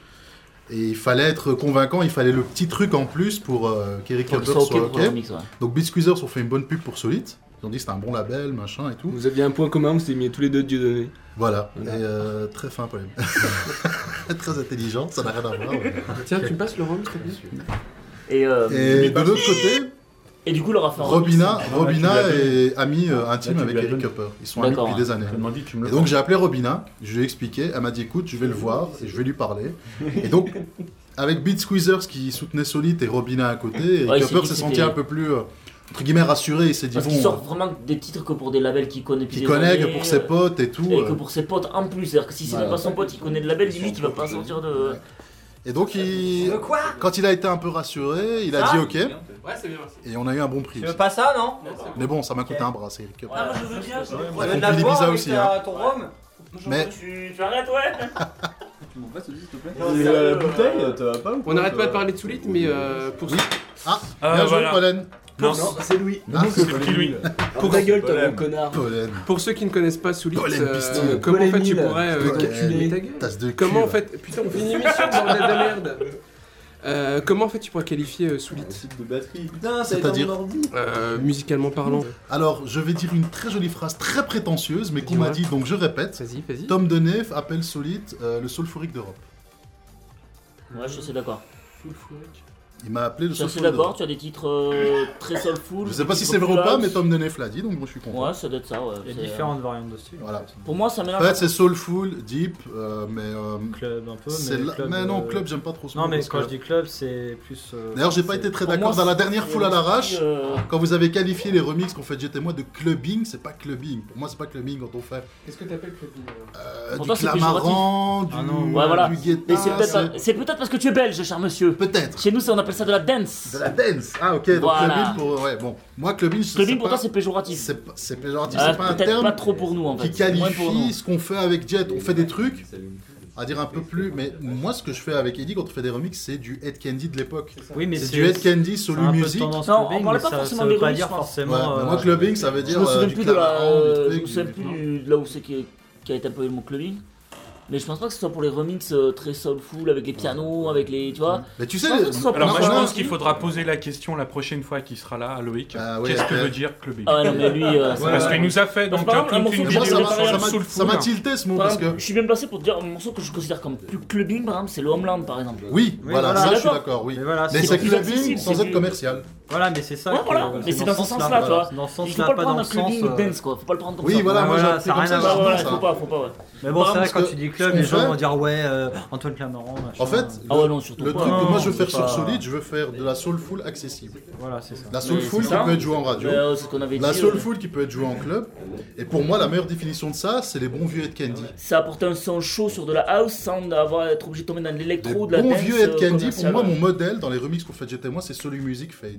Et il fallait être convaincant, il fallait le petit truc en plus pour euh, qu'Eric
Pour que
Cooper
ce soit
soit
ok
OK.
pour le remix, ouais.
Donc Beat Squeezers ont fait une bonne pub pour Solid. Ils ont dit c'est un bon label, machin et tout.
Vous aviez un point commun, vous s'est mis tous les deux Dieu donné.
Voilà.
Voilà.
Et euh, très fin problème. très intelligente, ça n'a rien à voir. ouais.
Tiens, tu me passes le rhum, s'il te plaît
Et, euh,
Et de l'autre côté,
et du coup, leur affaire.
Robina,
Là,
Robina
tu l'as
est amie euh,
Ah,
intime
Là, tu
avec
l'as
Eric
donné.
Cooper. Ils sont amis
D'accord, hein.
depuis des années.
Elle m'a dit, tu me
Et
le
donc j'ai appelé Robina, je lui ai expliqué, elle m'a dit écoute, je vais le voir et je vais lui parler. Et donc avec Beat Squeezers qui soutenait Solid et Robina à côté, et
Ouais, il s'est
Cooper
dit
s'est
que
senti
c'était-
un peu plus euh, entre guillemets rassuré, il s'est dit
Parce
bon,
qu'ils sortent
euh,
vraiment des titres que pour des labels qu'ils connaissent depuis
qu'il
des
connaît que
années,
pour ses
euh,
potes et tout.
Et
euh.
que pour ses potes en plus, c'est-à-dire que si c'est
Voilà.
pas son pote, il connaît le label, limite il va pas sortir de.
Et donc, il-
quoi
quand il a été un peu rassuré, il a
Ça
dit ok,
Ouais, c'est bien, merci.
et on a eu un bon
Tu
prix. aussi.
veux pas ça, non
Mais bon, ça m'a coûté un bras, c'est Eric
Ah,
Cooper.
Ouais.
Ah, je veux bien. Tu
La
veux de la
compil
boire
Ibiza
avec
aussi, hein.
ta- ton rhum
Mais
Tu, tu arrêtes, ouais
Tu m'en passes aussi, s'il te plaît
Non, c'est- euh,
bouteille,
t'as pas ou
On n'arrête pas de parler de Soulit, mais euh, pour
Ah,
Ah,
bien joué,
voilà.
Pollen.
Non,
c'est Louis.
Ah,
c'est petit lui.
Pour ta gueule, toi, mon
Ah.
connard.
Pollen.
Pour ceux qui ne connaissent pas Soulit,
Golem
euh,
Pistol.
comment en fait tu
Golem
pourrais
Hill.
euh,
Golem.
calculer ta gueule
Tasse de cul.
Comment en
là.
fait Putain, on fait une émission bordel de merde. Euh, comment en fait tu pourrais qualifier euh, Soulit
de batterie.
Ah,
Putain, ça a été
C'est-à-dire
mon ordi.
euh, musicalement parlant
Alors, je vais dire une très jolie phrase très prétentieuse, mais qu'on
Dis-moi.
m'a dit, donc je répète.
Vas-y, vas-y.
Tom Deneuve appelle Solid euh, le sulfurique d'Europe.
Ouais, je suis d'accord.
Il m'a appelé le
Je suis
sulfurique
d'accord,
d'Europe.
tu as des titres euh, très soulful.
Je sais pas
des
si
titres
c'est vrai ou
plus
pas,
house.
mais Tom Deneuve l'a dit, donc moi je suis content.
Ouais, ça doit être ça, ouais.
Il y
c'est,
a
euh,
différentes variantes de style.
Voilà.
Pour moi, ça
En
mélange.
fait, c'est soulful, deep, euh, mais. euh,
Club un peu,
c'est
mais.
la- mais non,
euh,
club, j'aime pas trop ce
Non,
mot
mais
parce
quand
que-
je dis club, c'est plus. euh,
D'ailleurs, j'ai pas
c'est-
été très
Pour
d'accord
moi,
dans la
c'est-
dernière foule à l'arrache.
Euh,
Quand vous avez qualifié les remixes qu'on fait j'étais moi de clubbing, c'est pas clubbing. Pour moi, c'est pas clubbing quand on fait
Qu'est-ce que t'appelles le
euh,
Pour
du
toi, c'est
clamaran, du,
Ah non, ouais,
voilà.
du guetta.
mais c'est peut-être
c'est-
Ah, c'est peut-être parce que tu es belge, cher monsieur.
Peut-être.
Chez nous, ça, on appelle ça de la dance.
De la dance. Ah, ok. Donc
Voilà.
clubbing pour. Ouais, bon. Moi, clubbing, je
Clubbing,
sais
pour
pas-
toi, c'est péjoratif.
c'est pas- C'est péjoratif,
Ah,
c'est pas un
Peut-être
terme
pas trop pour nous, en fait.
qui
Moins pour
qualifie
nous.
ce qu'on fait avec Jet. On fait des trucs, à dire un peu plus. Mais moi, ce que je fais avec Eddie quand on fait des remixes, c'est du head candy de l'époque.
Oui, mais
C'est du head candy,
c'est
solo
un peu
music.
tendance
Non, on
clubbing,
parlait
mais
pas
ça-
forcément
ça
des
veut pas
remixes,
dire
je pense.
forcément.
Ouais, mais
euh,
moi, clubbing, ça veut
Je
dire.
me
euh,
souviens
du
plus de la.
clamaran, du
Je me
truc,
souviens
du-
plus de là où c'est qui a été employé le mot clubbing. Mais je pense pas que ce soit pour les remixes euh, très soulful avec les pianos, avec les. Tu vois
Mais tu
Je
sais, euh,
pense que ce soit Ah, pour
Alors
les
moi je pense
remixes.
qu'il faudra poser la question la prochaine fois qu'il sera là à Loïc.
Ah, ouais, euh,
Qu'est-ce que
après.
veut dire clubbing
Ah non, mais lui, euh, ça-
Parce qu'il nous a fait
Parce
donc
que par exemple,
euh,
un
toute
morceau
une
que j'ai
vidéo
préparé,
sur
un
le soulful.
ça
hein.
m'a tilté ce mot
Par
parce
exemple,
que.
Je suis bien placé pour te dire un morceau que je considère comme plus clubbing, par exemple, c'est le Homeland par exemple.
Oui,
Oui,
voilà,
voilà.
ça je suis
D'accord.
d'accord, oui.
Mais voilà,
Mais
c'est-
c'est
plus
clubbing
accessible,
sans
c'est
être
plus-
commercial.
Voilà, mais c'est ça.
Ouais,
que-
voilà, mais c'est dans ce sens-là,
voilà.
tu vois.
Dans ce
Il faut
sens-là,
pas
pas
le
dans
prendre
le
un
sens.
clubbing
euh,
dance quoi, faut pas le prendre comme
Oui,
ça.
voilà, moi j'ai
Voilà,
appris
ça a
comme
rien
ça,
à
j'ai
Bah,
voir.
appris
voilà,
ça.
faut pas, faut pas. ouais.
Mais bon,
Par
c'est vrai,
contre,
quand tu dis club,
qu'on
les gens
fait-
vont dire ouais, euh, Antoine Clamaran, machin.
En fait,
Ah
le-
ouais, non, surtout
le
pas.
truc que
Non,
moi je veux
c'est
faire sur
pas-
Solid, je veux faire de la soulful accessible.
Voilà, c'est ça.
La
Mais
soulful
c'est
qui
ça.
peut être jouée en radio.
Euh, c'est ce qu'on avait
La
dit. euh,
soulful qui peut être jouée en club. Et pour moi, la meilleure définition de ça, c'est les bons vieux Ed Candy.
Ça apportait un son chaud sur de la house sans avoir être obligé de tomber dans de
Les
l'électro, de la
bons
dance.
vieux Ed
euh,
Candy, pour
commerciale,
moi, mon modèle dans les remixes qu'on fait j'étais moi, c'est Solu Music Fade.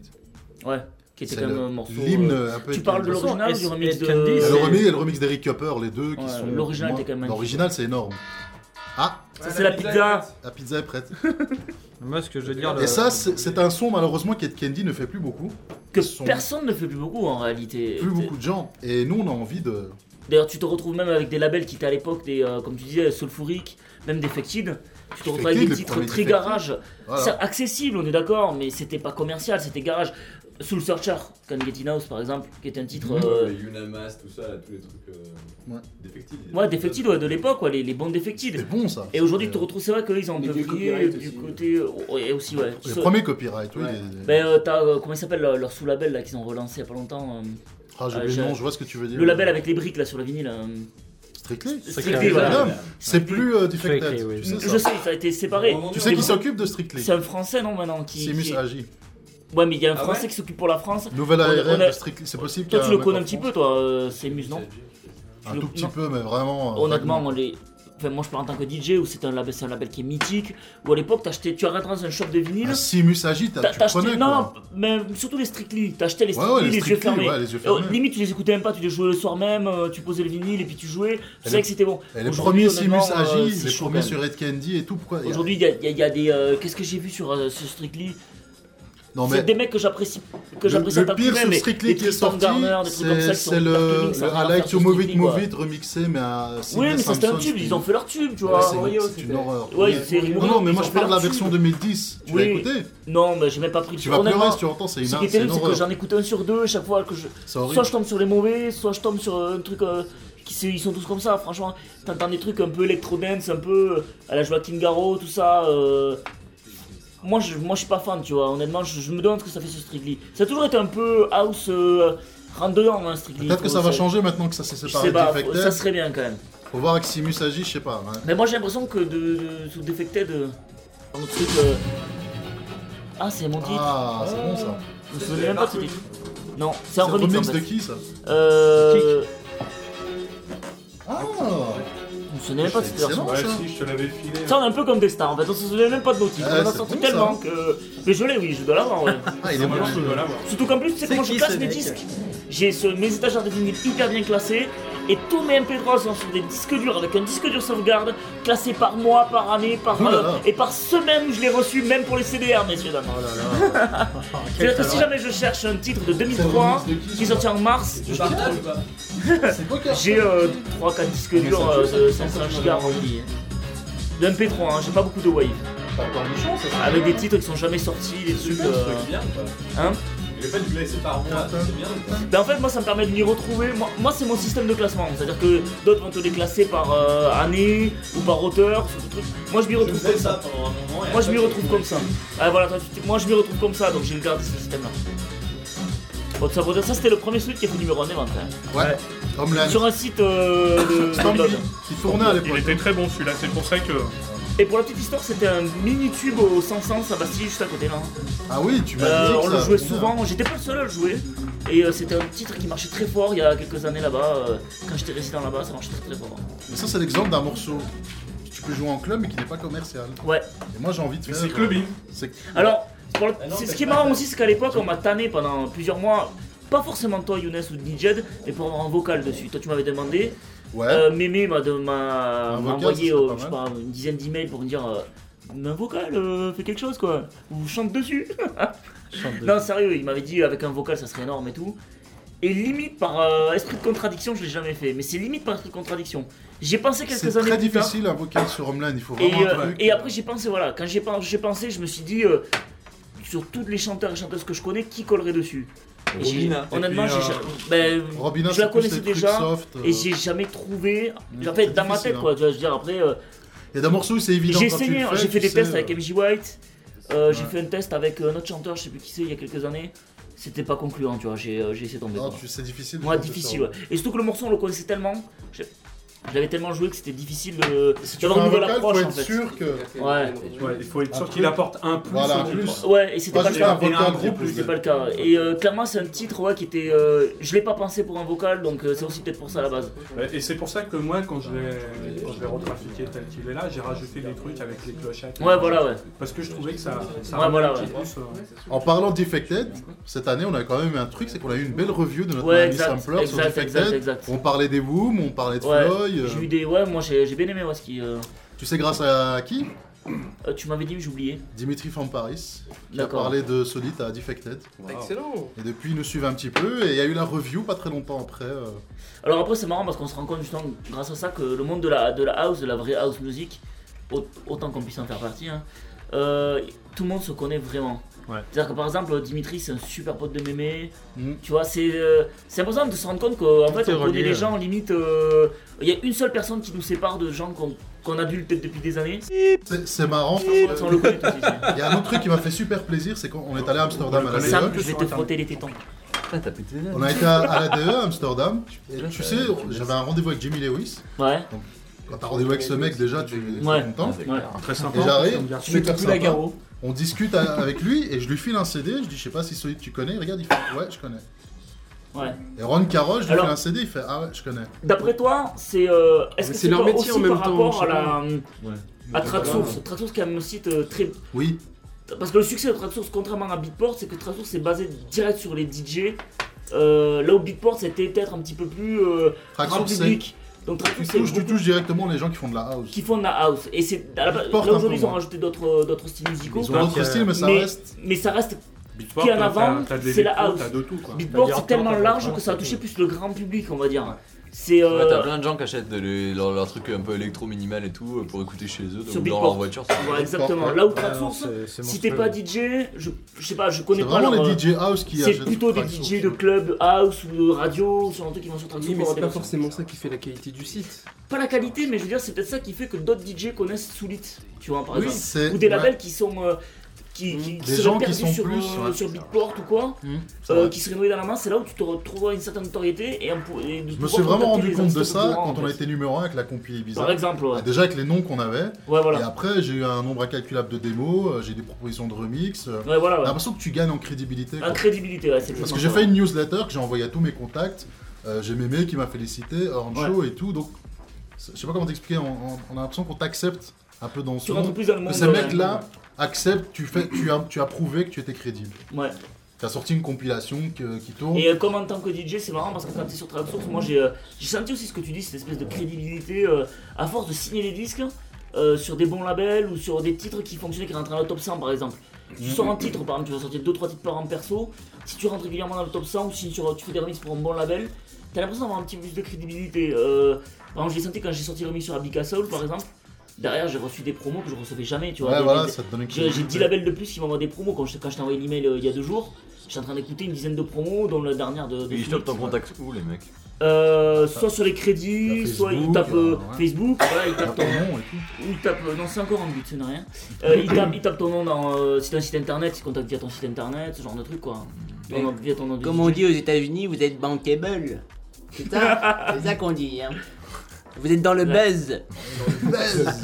Ouais, qui était
C'est
quand même
le-
un morceau.
l'hymne
euh,
un peu
Tu
Ed
parles de
Candy.
l'original ou du
S-
remix de.
Ed Candy,
Et
c'est-
le remix et le remix d'Eric Cooper, les deux qui
Ouais,
sont.
l'original
moi,
était quand même magnifique.
L'original, c'est énorme. Ah,
Ça, c'est la pizza.
la pizza est prête.
Moi, ce que je veux dire.
Et
le-
euh,
ça, c'est c'est un son malheureusement qu'Ed Candy ne fait plus beaucoup.
Que
Son-
personne ne fait plus beaucoup en réalité.
Plus beaucoup de gens. Et nous, on a envie de.
D'ailleurs, tu te retrouves même avec des labels qui étaient à l'époque, des, euh, comme tu disais, Soulfouric, même des Fected. Tu te retrouves avec
Fected,
des
le
titres
premier
très
Fected.
garage.
Voilà.
C'est accessible, on est d'accord, mais c'était pas commercial, c'était garage. Soul Searcher, Can Get In House par exemple, qui était un titre.
Mmh.
euh,
Unamas, tout ça, tous les trucs. Euh,
Ouais.
Défectibles.
ouais, Defected ouais, de l'époque, ouais, les, les bandes Defected.
C'est bon ça.
Et aujourd'hui, tu te retrouves, c'est vrai qu'ils ont un
Mais
peu
du
brillé
copyright
du
aussi.
côté. euh, Et aussi, ouais.
Le
So-
premier copyright, oui. les-
Ben, euh, t'as, euh, comment il s'appelle euh, leur sous-label là qu'ils ont relancé il y a pas longtemps euh,
Ah, j'ai
Euh,
oublié le
je-
nom, je vois ce que tu veux dire.
Le label avec les briques là sur la vinyle. euh,
Strictly.
Strictly,
C'est
voilà.
énorme. C'est plus euh, Defected.
Strictly, oui.
Tu sais,
Je
ça.
sais, ça a été
euh,
séparé.
Tu sais qui s'occupe de Strictly
C'est un français non maintenant qui. qui-
Simus Agi.
Ouais, mais il y a un
Ah
français
ouais
qui s'occupe pour la France.
Nouvelle
On a- on
ARR
a-
de Strictly. C'est possible
Toi,
qu'il y
tu
a
le
mec
connais
en
un petit
France
peu, toi, euh, Semus, non
Un
Tu
tout
le-
petit
non.
peu, mais vraiment. euh,
Honnêtement,
vaguement.
moi, les... enfin, moi je parle en tant que DJ où c'est un label, c'est un label qui est mythique. Où à l'époque, t'achetais- tu rentrais dans un shop de vinyle.
Un Simus Agi, t'as-
t'as-
Ah, tu
t'achetais-
connais
non,
quoi.
mais surtout les Strictly. T'achetais les
Ouais,
Strictly,
ouais,
les,
les
yeux
Strictly,
fermés.
ouais, les yeux
Euh,
fermés.
limite, tu les écoutais même pas, tu les jouais le soir même, euh, tu posais le vinyle et puis tu jouais. C'est vrai que c'était bon.
Et les
Aujourd'hui,
premiers Simus
honnêtement, euh,
Agi,
c'est
les
chaud,
premiers
quand même.
sur Red Candy et tout. Pourquoi il y a-
Aujourd'hui, il y a- il y, a- il y a des. euh, Qu'est-ce que j'ai vu sur euh, ce Strictly
Non,
C'est
mais.
des mecs que j'apprécie. Que
Le,
j'apprécie
le
pas
pire
tout de
sur
même, mais
Strictly
des
qui est
Tristan
sorti,
Garner, des trucs comme ça
c'est
qui sont
c'est le,
partout, ça
le
revient
I
à
Like
faire
to
ce
Move It,
Strictly, quoi.
Move It remixé, mais à
Oui,
Sidney
mais ça c'était un
Samson,
tube, ils ont fait leur tube, tu
Ouais,
vois.
c'est-
Rio,
C'est
c'était-
une horreur.
Ouais,
Mais-
c'est
Non,
rigolo,
non, mais
ils
moi
ont
je
fait
parle de la
leur
version
tube.
2010. Tu l'as
Oui.
écouté
Non, mais j'ai même pas pris le
Tu vas
Honnêtement,
pleurer si tu entends, c'est une
Ce qui
arme,
est
c'est
terrible,
une
c'est que
horreur.
j'en écoute un sur deux chaque fois que je.
C'est horrible.
Soit je tombe sur les mauvais, soit je tombe sur euh, un truc. euh, qui se- Ils sont tous comme ça, franchement. T'entends des trucs un peu électro-dance, un peu euh, à la Joaquin Garro, tout ça. euh, Moi je, moi je suis pas fan, tu vois. Honnêtement, je, je me demande ce que ça fait ce Strictly. Ça a toujours été un peu house euh, rentre dedans, hein, Strictly.
Peut-être que
Faut-
ça va changer maintenant que ça s'est
Je
séparé
sais pas, faut- ça
de
serait bien quand même.
Faut voir avec Simus agit, je sais pas. hein.
Mais moi j'ai l'impression que de, de, sous Defected, euh, un autre truc. euh, Ah, c'est mon titre.
Ah, c'est bon ça.
Je me souviens même pas de ce titre. Non, c'est
C'est
un
un
remix.
remix
en
de
fait.
qui ça
Euh.
Ah
On se souvenait même pas de cette
C'est
version.
excellent.
Ouais,
ça.
si, je te l'avais filé.
Ça, on est un peu comme des stars en fait, on se souvenait même pas de nos titres.
Ah,
on en a
c'est
sorti
bon,
tellement que. Mais je l'ai, oui, je dois l'avoir, ouais.
Ah, il est bon.
Normalement, tu dois
celui-là.
l'avoir.
Surtout qu'en plus, tu sais
C'est
comment je
qui,
classe
ce
mes
mec
disques J'ai ce- mes étagères de vinyles hyper bien classés et tous mes MP3 sont sur des disques durs avec un disque dur sauvegarde classé par mois, par année, par
Oh là
euh,
là.
et par semaine. Je l'ai reçu même pour les CDR, messieurs dames.
Oh
C'est-à-dire que si jamais je cherche un titre de
C'est
2003
le remix de qui,
qui est sorti en mars, je le trouve. J'ai 3-4
Ah,
disques durs euh, de 500 Go remplis. De MP3, hein, j'ai pas beaucoup de wave. Avec des titres qui sont jamais sortis, des trucs. euh, Hein
Il est pas du blessé par moi, c'est bien ou pas
Ben en fait, moi ça me permet de m'y retrouver. Moi, moi, c'est mon système de classement. C'est-à-dire que d'autres vont te les classer par euh, année ou par auteur. ce truc. Moi je m'y retrouve comme ça.
pendant un moment. et
Moi je
après,
m'y
tu
retrouve comme ça. Ah voilà, toi, tu t'es- moi je m'y retrouve comme ça donc j'ai gardé ce système-là. Bon, tout ça, pour dire, ça c'était le premier truc qui a fait numéro 1 des ventes. hein.
Ouais, Homeland.
Sur un site euh, de
Stampede,
Download.
qui tournait à
Il
l'époque.
était très bon celui-là, c'est pour ça que.
Et pour la petite histoire, c'était un mini tube au 500 ça Bastille juste à côté là. hein.
Ah oui, tu m'as
Euh,
dit. que
on le
ça
jouait
tournait.
souvent, j'étais pas le seul à le jouer. Et euh, c'était un titre qui marchait très fort il y a quelques années là-bas. euh, quand j'étais résident là-bas, ça marchait très très fort.
Mais ça, c'est l'exemple d'un morceau. que Tu peux jouer en club mais qui n'est pas commercial.
Ouais.
Et moi j'ai envie de faire. euh,
C'est clubbing.
C'est
Alors, pour le-
Ah non,
c'est- ce
t'as
qui est
pas-
marrant aussi, c'est qu'à l'époque, on m'a tanné pendant plusieurs mois. Pas forcément toi, Younes ou Nijed, mais pour avoir un vocal dessus. Toi, tu m'avais demandé.
Ouais.
Euh, Mémé m'a de- m'a
Hein Un
m'a
vocal,
envoyé
ça serait
euh,
pas
je sais pas, une dizaine d'emails pour me dire euh, Mais un vocal, euh, fais quelque chose quoi, ou chante dessus.
Chante de-
Non, sérieux, il m'avait dit avec un vocal ça serait énorme et tout. Et limite par euh, esprit de contradiction, je l'ai jamais fait, mais c'est limite par esprit de contradiction. J'ai pensé
C'est
quelques années
très
plus tard.
difficile à vocal sur Homeland, il faut
Et,
vraiment un
euh,
truc.
et après j'ai pensé, voilà, quand j'ai pen- j'ai pensé, je me suis dit, euh, sur toutes les chanteurs et chanteuses que je connais, qui collerait dessus Et j'ai-
Robina.
Honnêtement,
Et puis,
j'ai-
euh,
ben,
Robina,
je la
c'est plus
connaissais
des trucs
déjà,
soft, euh,
et j'ai jamais trouvé, en
c'est
fait, dans ma
difficile,
tête,
hein.
quoi, tu vois, je veux dire, après... euh,
Il y a des morceaux où c'est évident.
j'ai
quand tu
essayé,
le
hein,
fais,
j'ai fait
tu
des tests
sais,
avec
euh,
MJ White, euh, j'ai fait un test avec euh, un autre chanteur, je sais plus qui c'est, il y a quelques années. C'était pas concluant, tu vois, j'ai euh, j'ai laissé tomber.
Ah,
quoi.
tu- c'est difficile de
Moi,
faire ce
difficile, ouais.
sound.
Et surtout que le morceau, on le connaissait tellement. Je, je l'avais tellement joué que c'était difficile de.
tu
d'avoir
fais
une
un vocal,
nouvelle approche
faut
en
être
fait.
sûr que-
Ouais.
Ouais, il faut être sûr qu'il apporte un plus.
Voilà,
au
un
groupe.
plus.
Ouais, et c'était
Moi,
pas
j'ai
le
fait un
cas.
vocal
Et
plus.
C'était pas le cas. Et euh, clairement, c'est un titre ouais, qui était. euh, je l'ai pas pensé pour un vocal, donc euh, c'est aussi peut-être pour ça à la base.
Ouais, Et c'est pour ça que moi, quand je l'ai quand je l'ai retrafiqué tel qu'il est là, j'ai rajouté des trucs avec les clochettes.
Ouais, voilà, ouais.
Parce que je trouvais que ça. ça
Ouais, voilà,
ramenait un
ouais.
petit plus, euh,
En parlant d'Effected, cette année on a quand même eu un truc, c'est qu'on a eu une belle review de notre
Ouais,
ami
exact,
Sampler sur
exact, exact,
Defected.
exact.
On parlait des Woom, on parlait de
Ouais.
Floyd. euh,
J'ai eu des. Ouais, moi j'ai j'ai bien aimé ouais, ce qui. euh,
Tu sais grâce à qui
euh, tu m'avais dit, mais j'ai oublié.
Dimitri Famparis, qui a
D'accord.
parlé de Solid à Defected.
Excellent.
Et depuis, ils nous suivent un petit peu, et il y a eu la review pas très longtemps après. euh,
Alors après c'est marrant parce qu'on se rend compte justement grâce à ça que le monde de la, de la house, de la vraie house music, au- autant qu'on puisse en faire partie, hein, euh, tout le monde se connaît vraiment.
Ouais. Mhm.
C'est-à-dire que par exemple Dimitri c'est un super pote de mémé,
Mm.
tu vois c'est euh, c'est important de se rendre compte qu'en fait
est
on connaît
relié,
les
ouais.
gens limite, euh, il y a une seule personne qui nous sépare de gens qu'on qu'on adulte peut-être depuis des années,
C'est c'est marrant.
Parce qu'on le connaît tous. ici.
Il y a un autre truc qui m'a fait super plaisir, c'est qu'on on est allé à Amsterdam à la
connaît.
DE.
Sam, je vais te frotter les tétons.
Putain, t'as pété
On a été à, à la DE à Amsterdam. Et
Là,
tu
ça-
sais,
tu me
j'avais un rendez-vous avec Jimmy Lewis.
Ouais,
Quand t'as rendez-vous avec ce mec, déjà, tu es
Ouais.
content.
Ah,
ouais.
Très sympa.
Et
comme
j'arrive,
garçon.
super sympa. On discute à- avec lui et je lui file un CD. Je dis, je sais pas si Solid tu connais. Il Regarde, il fait, ouais, je connais.
ouais.
Et Ron Caro, je lui
Alors-
file un CD. Il fait, ah ouais, je connais.
D'après toi, c'est euh,
Mais
est-ce que
c'est
c'est
leur
pas
métier en
aussi
même
par
temps,
rapport à
je sais
la à
Donc, voilà.
Tracksource Tracksource qui est un site euh, très
Oui,
parce que le succès de Tracksource contrairement à Beatport, c'est que Tracksource est basé direct sur les DJ. Euh, là où Beatport c'était peut-être un petit peu plus euh, grand
Traxsource, c'est.
public. Donc Tracksource
Tu
c'est
touches, tu
beaucoup-
touches directement les gens qui font de la house.
qui font de la house et c'est à la base-
Beatport
là
un
aujourd'hui
peu
ils ont
moins.
rajouté d'autres euh, d'autres styles musicaux.
Ils ont d'autres
euh,
styles, mais ça
mais-
reste.
Mais ça reste
Beatport,
qui est en
t'as-
avant,
t'as de
c'est la
l'électro,
house.
T'as de tout quoi.
Beatport
Beatport,
c'est tellement
t'as-
large
t'as-
que ça a touché plus le grand public on va dire.
Ouais.
C'est euh,
t'as plein de gens qui achètent de les- leur, leur truc un peu électro-minimal et tout euh, pour écouter chez eux, donc
Sur
dans
Beatport.
leur voiture. c'est-
ouais, exactement. Là où Tracksource Si t'es pas DJ, je, je sais pas, je connais
C'est
pas
vraiment
leur...
les
euh,
DJ house qui
C'est
achètent hein.
plutôt des
Traxsource.
DJ de club house ou de radio ou sur un truc qui vont sur Traxxon
Oui, mais
pour
c'est pas
avoir des
forcément ça qui fait la qualité du site.
notions. Pas la qualité, mais je veux dire, c'est peut-être ça qui fait que d'autres DJ connaissent Soulit, tu vois, par
Oui,
exemple.
c'est.
Ou des
ouais,
labels qui sont... euh, qui,
Mhm.
qui,
Des
seraient
gens qui
perdus
sont
sur,
plus,
euh,
ouais.
sur Beatport ou quoi,
hum, c'est
euh,
vrai.
qui seraient noyés dans la main, c'est là où tu te retrouveras une certaine notoriété et, un pou- et de
Je me
pouvoir
suis vraiment
contacter
rendu
les
compte de
artistes
ça
concurrents,
quand on
en
a
fait.
été numéro 1 avec la compilée
Par
bizarre.
exemple, ouais.
Déjà avec les noms qu'on avait.
Ouais,
Et
voilà.
après, j'ai eu un nombre incalculable de démos, euh, j'ai des propositions de remix. euh,
Ouais, voilà,
J'ai
ouais.
l'impression que tu gagnes en crédibilité. quoi.
La crédibilité, ouais, c'est
Parce
exactement
que j'ai
ça,
fait
ouais.
une newsletter que j'ai envoyée à tous mes contacts. euh, j'ai Mémé qui m'a félicité, Orancho et tout. Donc, c'est- je sais pas comment t'expliquer, on, on- on a l'impression qu'on t'accepte un peu dans ce
Tu rentres
monde.
plus dans le
Que
monde...
ces
euh,
mecs-là acceptent, tu, fais, tu, as, tu as prouvé que tu étais crédible.
Ouais.
Tu as sorti une compilation que- qui tourne.
Et euh, comme en tant que DJ, c'est marrant parce que quand t'es sur Tracksource, moi j'ai euh, j'ai senti aussi ce que tu dis, cette espèce de crédibilité euh, à force de signer les disques euh, sur des bons labels ou sur des titres qui fonctionnaient, qui rentraient dans le top 100 par exemple.
Mm.
Tu sors un titre, par exemple, tu vas sortir 2-3 titres par an perso. Si tu rentres régulièrement dans le top 100 ou si tu, tu fais des remix pour un bon label, t'as l'impression d'avoir un petit peu plus de crédibilité. Euh, par exemple, je l'ai senti quand j'ai sorti le remix sur Abika Soul par exemple. Derrière, j'ai reçu des promos que je recevais jamais, tu vois.
ouais,
des-
voilà,
des-
ça te donne une
euh, j'ai j'ai 10
crédibilité.
labels de plus qui m'envoient des promos quand je, quand je t'ai envoyé l'email euh, il y a deux jours. J'étais en train d'écouter une dizaine de promos, dont la dernière de. de
Et Ils
Phoenix.
tapent ton contact où les mecs
Euh, soit sur les
Il y a
crédits,
Facebook,
soit ils tapent euh,
euh, ouais.
Facebook, voilà, ils
Il y a
tapent
ton
ton.
nom et tout.
ou ils tapent- non, c'est encore un but, ce n'est rien. Euh, ils, tapent, ils tapent ton nom dans. euh, si t'as un site internet, ils contactent via ton site internet, ce genre de truc quoi. Ton nom- via ton nom de
Comme
DJ.
on dit aux États-Unis, vous êtes bankable. C'est ça C'est ça qu'on dit. Hein. Vous êtes dans le
Ouais.
buzz.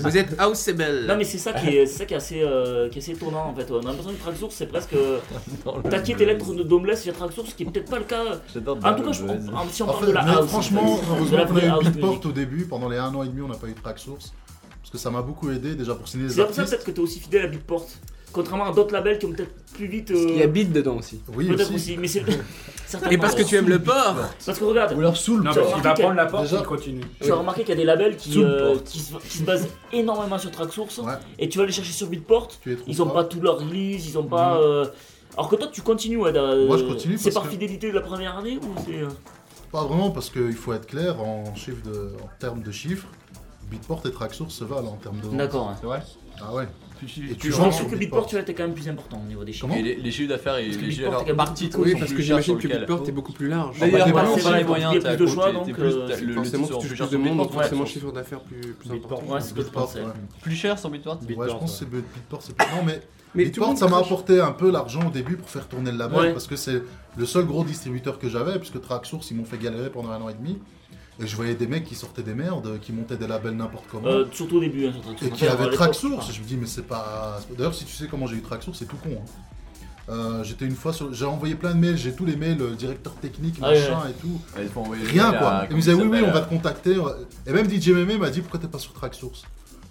Vous êtes houseable.
Non mais c'est ça qui est, c'est ça qui est assez, euh, qui est assez étonnant en fait. ouais. On a l'impression que Tracksource c'est presque euh, t'inquiète tes lettres de Domless via Tracksource, ce qui est peut-être pas le cas.
J'adore
En tout cas, je,
Bad Buzz.
on- on- si on
En
parle
fait,
de la
mais
house,
franchement,
de la
heureusement qu'on
vraie
a eu
house
Beatport
music.
au début. Pendant les un an et demi, on n'a pas eu de track source. Parce que ça m'a beaucoup aidé déjà pour signer les
C'est pour ça
artistes.
peut-être que t'es aussi fidèle à Beatport. Contrairement à d'autres labels qui ont peut-être plus vite. euh,
Il y a bid dedans aussi.
Oui,
peut-être
aussi.
aussi, mais c'est.
Et parce que tu aimes le porc
Parce que regarde,
Ou leur soul.
Non,
Tu as
parce qu'il va
remarqué
prendre la porte
Déjà-
et il continue.
tu as remarqué qu'il y a des labels qui,
Sous le
euh,
porte.
qui, se, qui se basent énormément sur Tracksource
Ouais.
et tu vas les chercher sur Beatport.
Tu les trouves
Ils ont pas tous leurs releases, ils ont pas. euh, Alors que toi, tu continues, ouais, d'a-
Mm. Moi, je continue
C'est
parce
par
que-
fidélité de la première année ou c'est. euh,
Pas vraiment, parce qu'il faut être clair, en, chiffre de, en termes de chiffres, Bitport et Traxsource se valent en termes de vente.
D'accord, ouais.
C'est vrai Ah ouais. Et tu
Je
vends
pense
sur
que Bitport,
Bitport.
tu vois, t'es quand même plus important au niveau des chiffres.
Comment
Et les, les chiffres d'affaires, et
Parce que
les chiffres
Bitport,
d'affaires
t'es
par
quand même
titre
beaucoup
Oui,
sont
parce
plus
que
chers sur
j'imagine que
lequel-
Bitport est beaucoup plus large.
D'ailleurs,
Bah,
voilà,
c'est
c'est
vrai,
les moyens,
il y a
t'as
plus de
coûté-
choix, donc,
t'es plus-
euh,
t'as- le- le
Forcément,
titre
si tu touches
plus cher
plus de
sur
monde, donc
Bitport,
forcément,
ouais.
chiffre d'affaires plus, plus
Bitport,
important.
Ouais, c'est ce que je
Bitport,
pensais.
ouais.
Plus cher sur Bitport
Ouais, je pense que c'est Bit- Bitport, c'est plus. Non, mais
Mais tout le
Bitport,
monde
ça m'a
crache.
apporté un peu l'argent au début pour faire tourner le label,
Ouais.
parce que c'est le seul gros distributeur que j'avais, puisque Traxsource, ils m'ont fait galérer pendant un an et demi. Et je voyais des mecs qui sortaient des merdes, qui montaient des labels n'importe comment.
Euh, surtout au début, hein, sur Traxxas.
Et qui
Enfin, à
avait
l'époque, Ah,
Traxsource,
je
je me dis mais c'est pas... D'ailleurs si tu sais comment j'ai eu Traxsource, c'est tout con. hein. Euh, J'étais une fois sur... J'ai envoyé plein de mails, j'ai tous les mails, euh, directeur technique,
Ah ouais,
machin et tout.
Ouais, ils font envoyer les
Rien
mails à-
quoi. Ils me
comment
disaient
il
oui oui on
s'appelle,
va te contacter. Et même DJ Mémé m'a dit pourquoi t'es pas sur Traxsource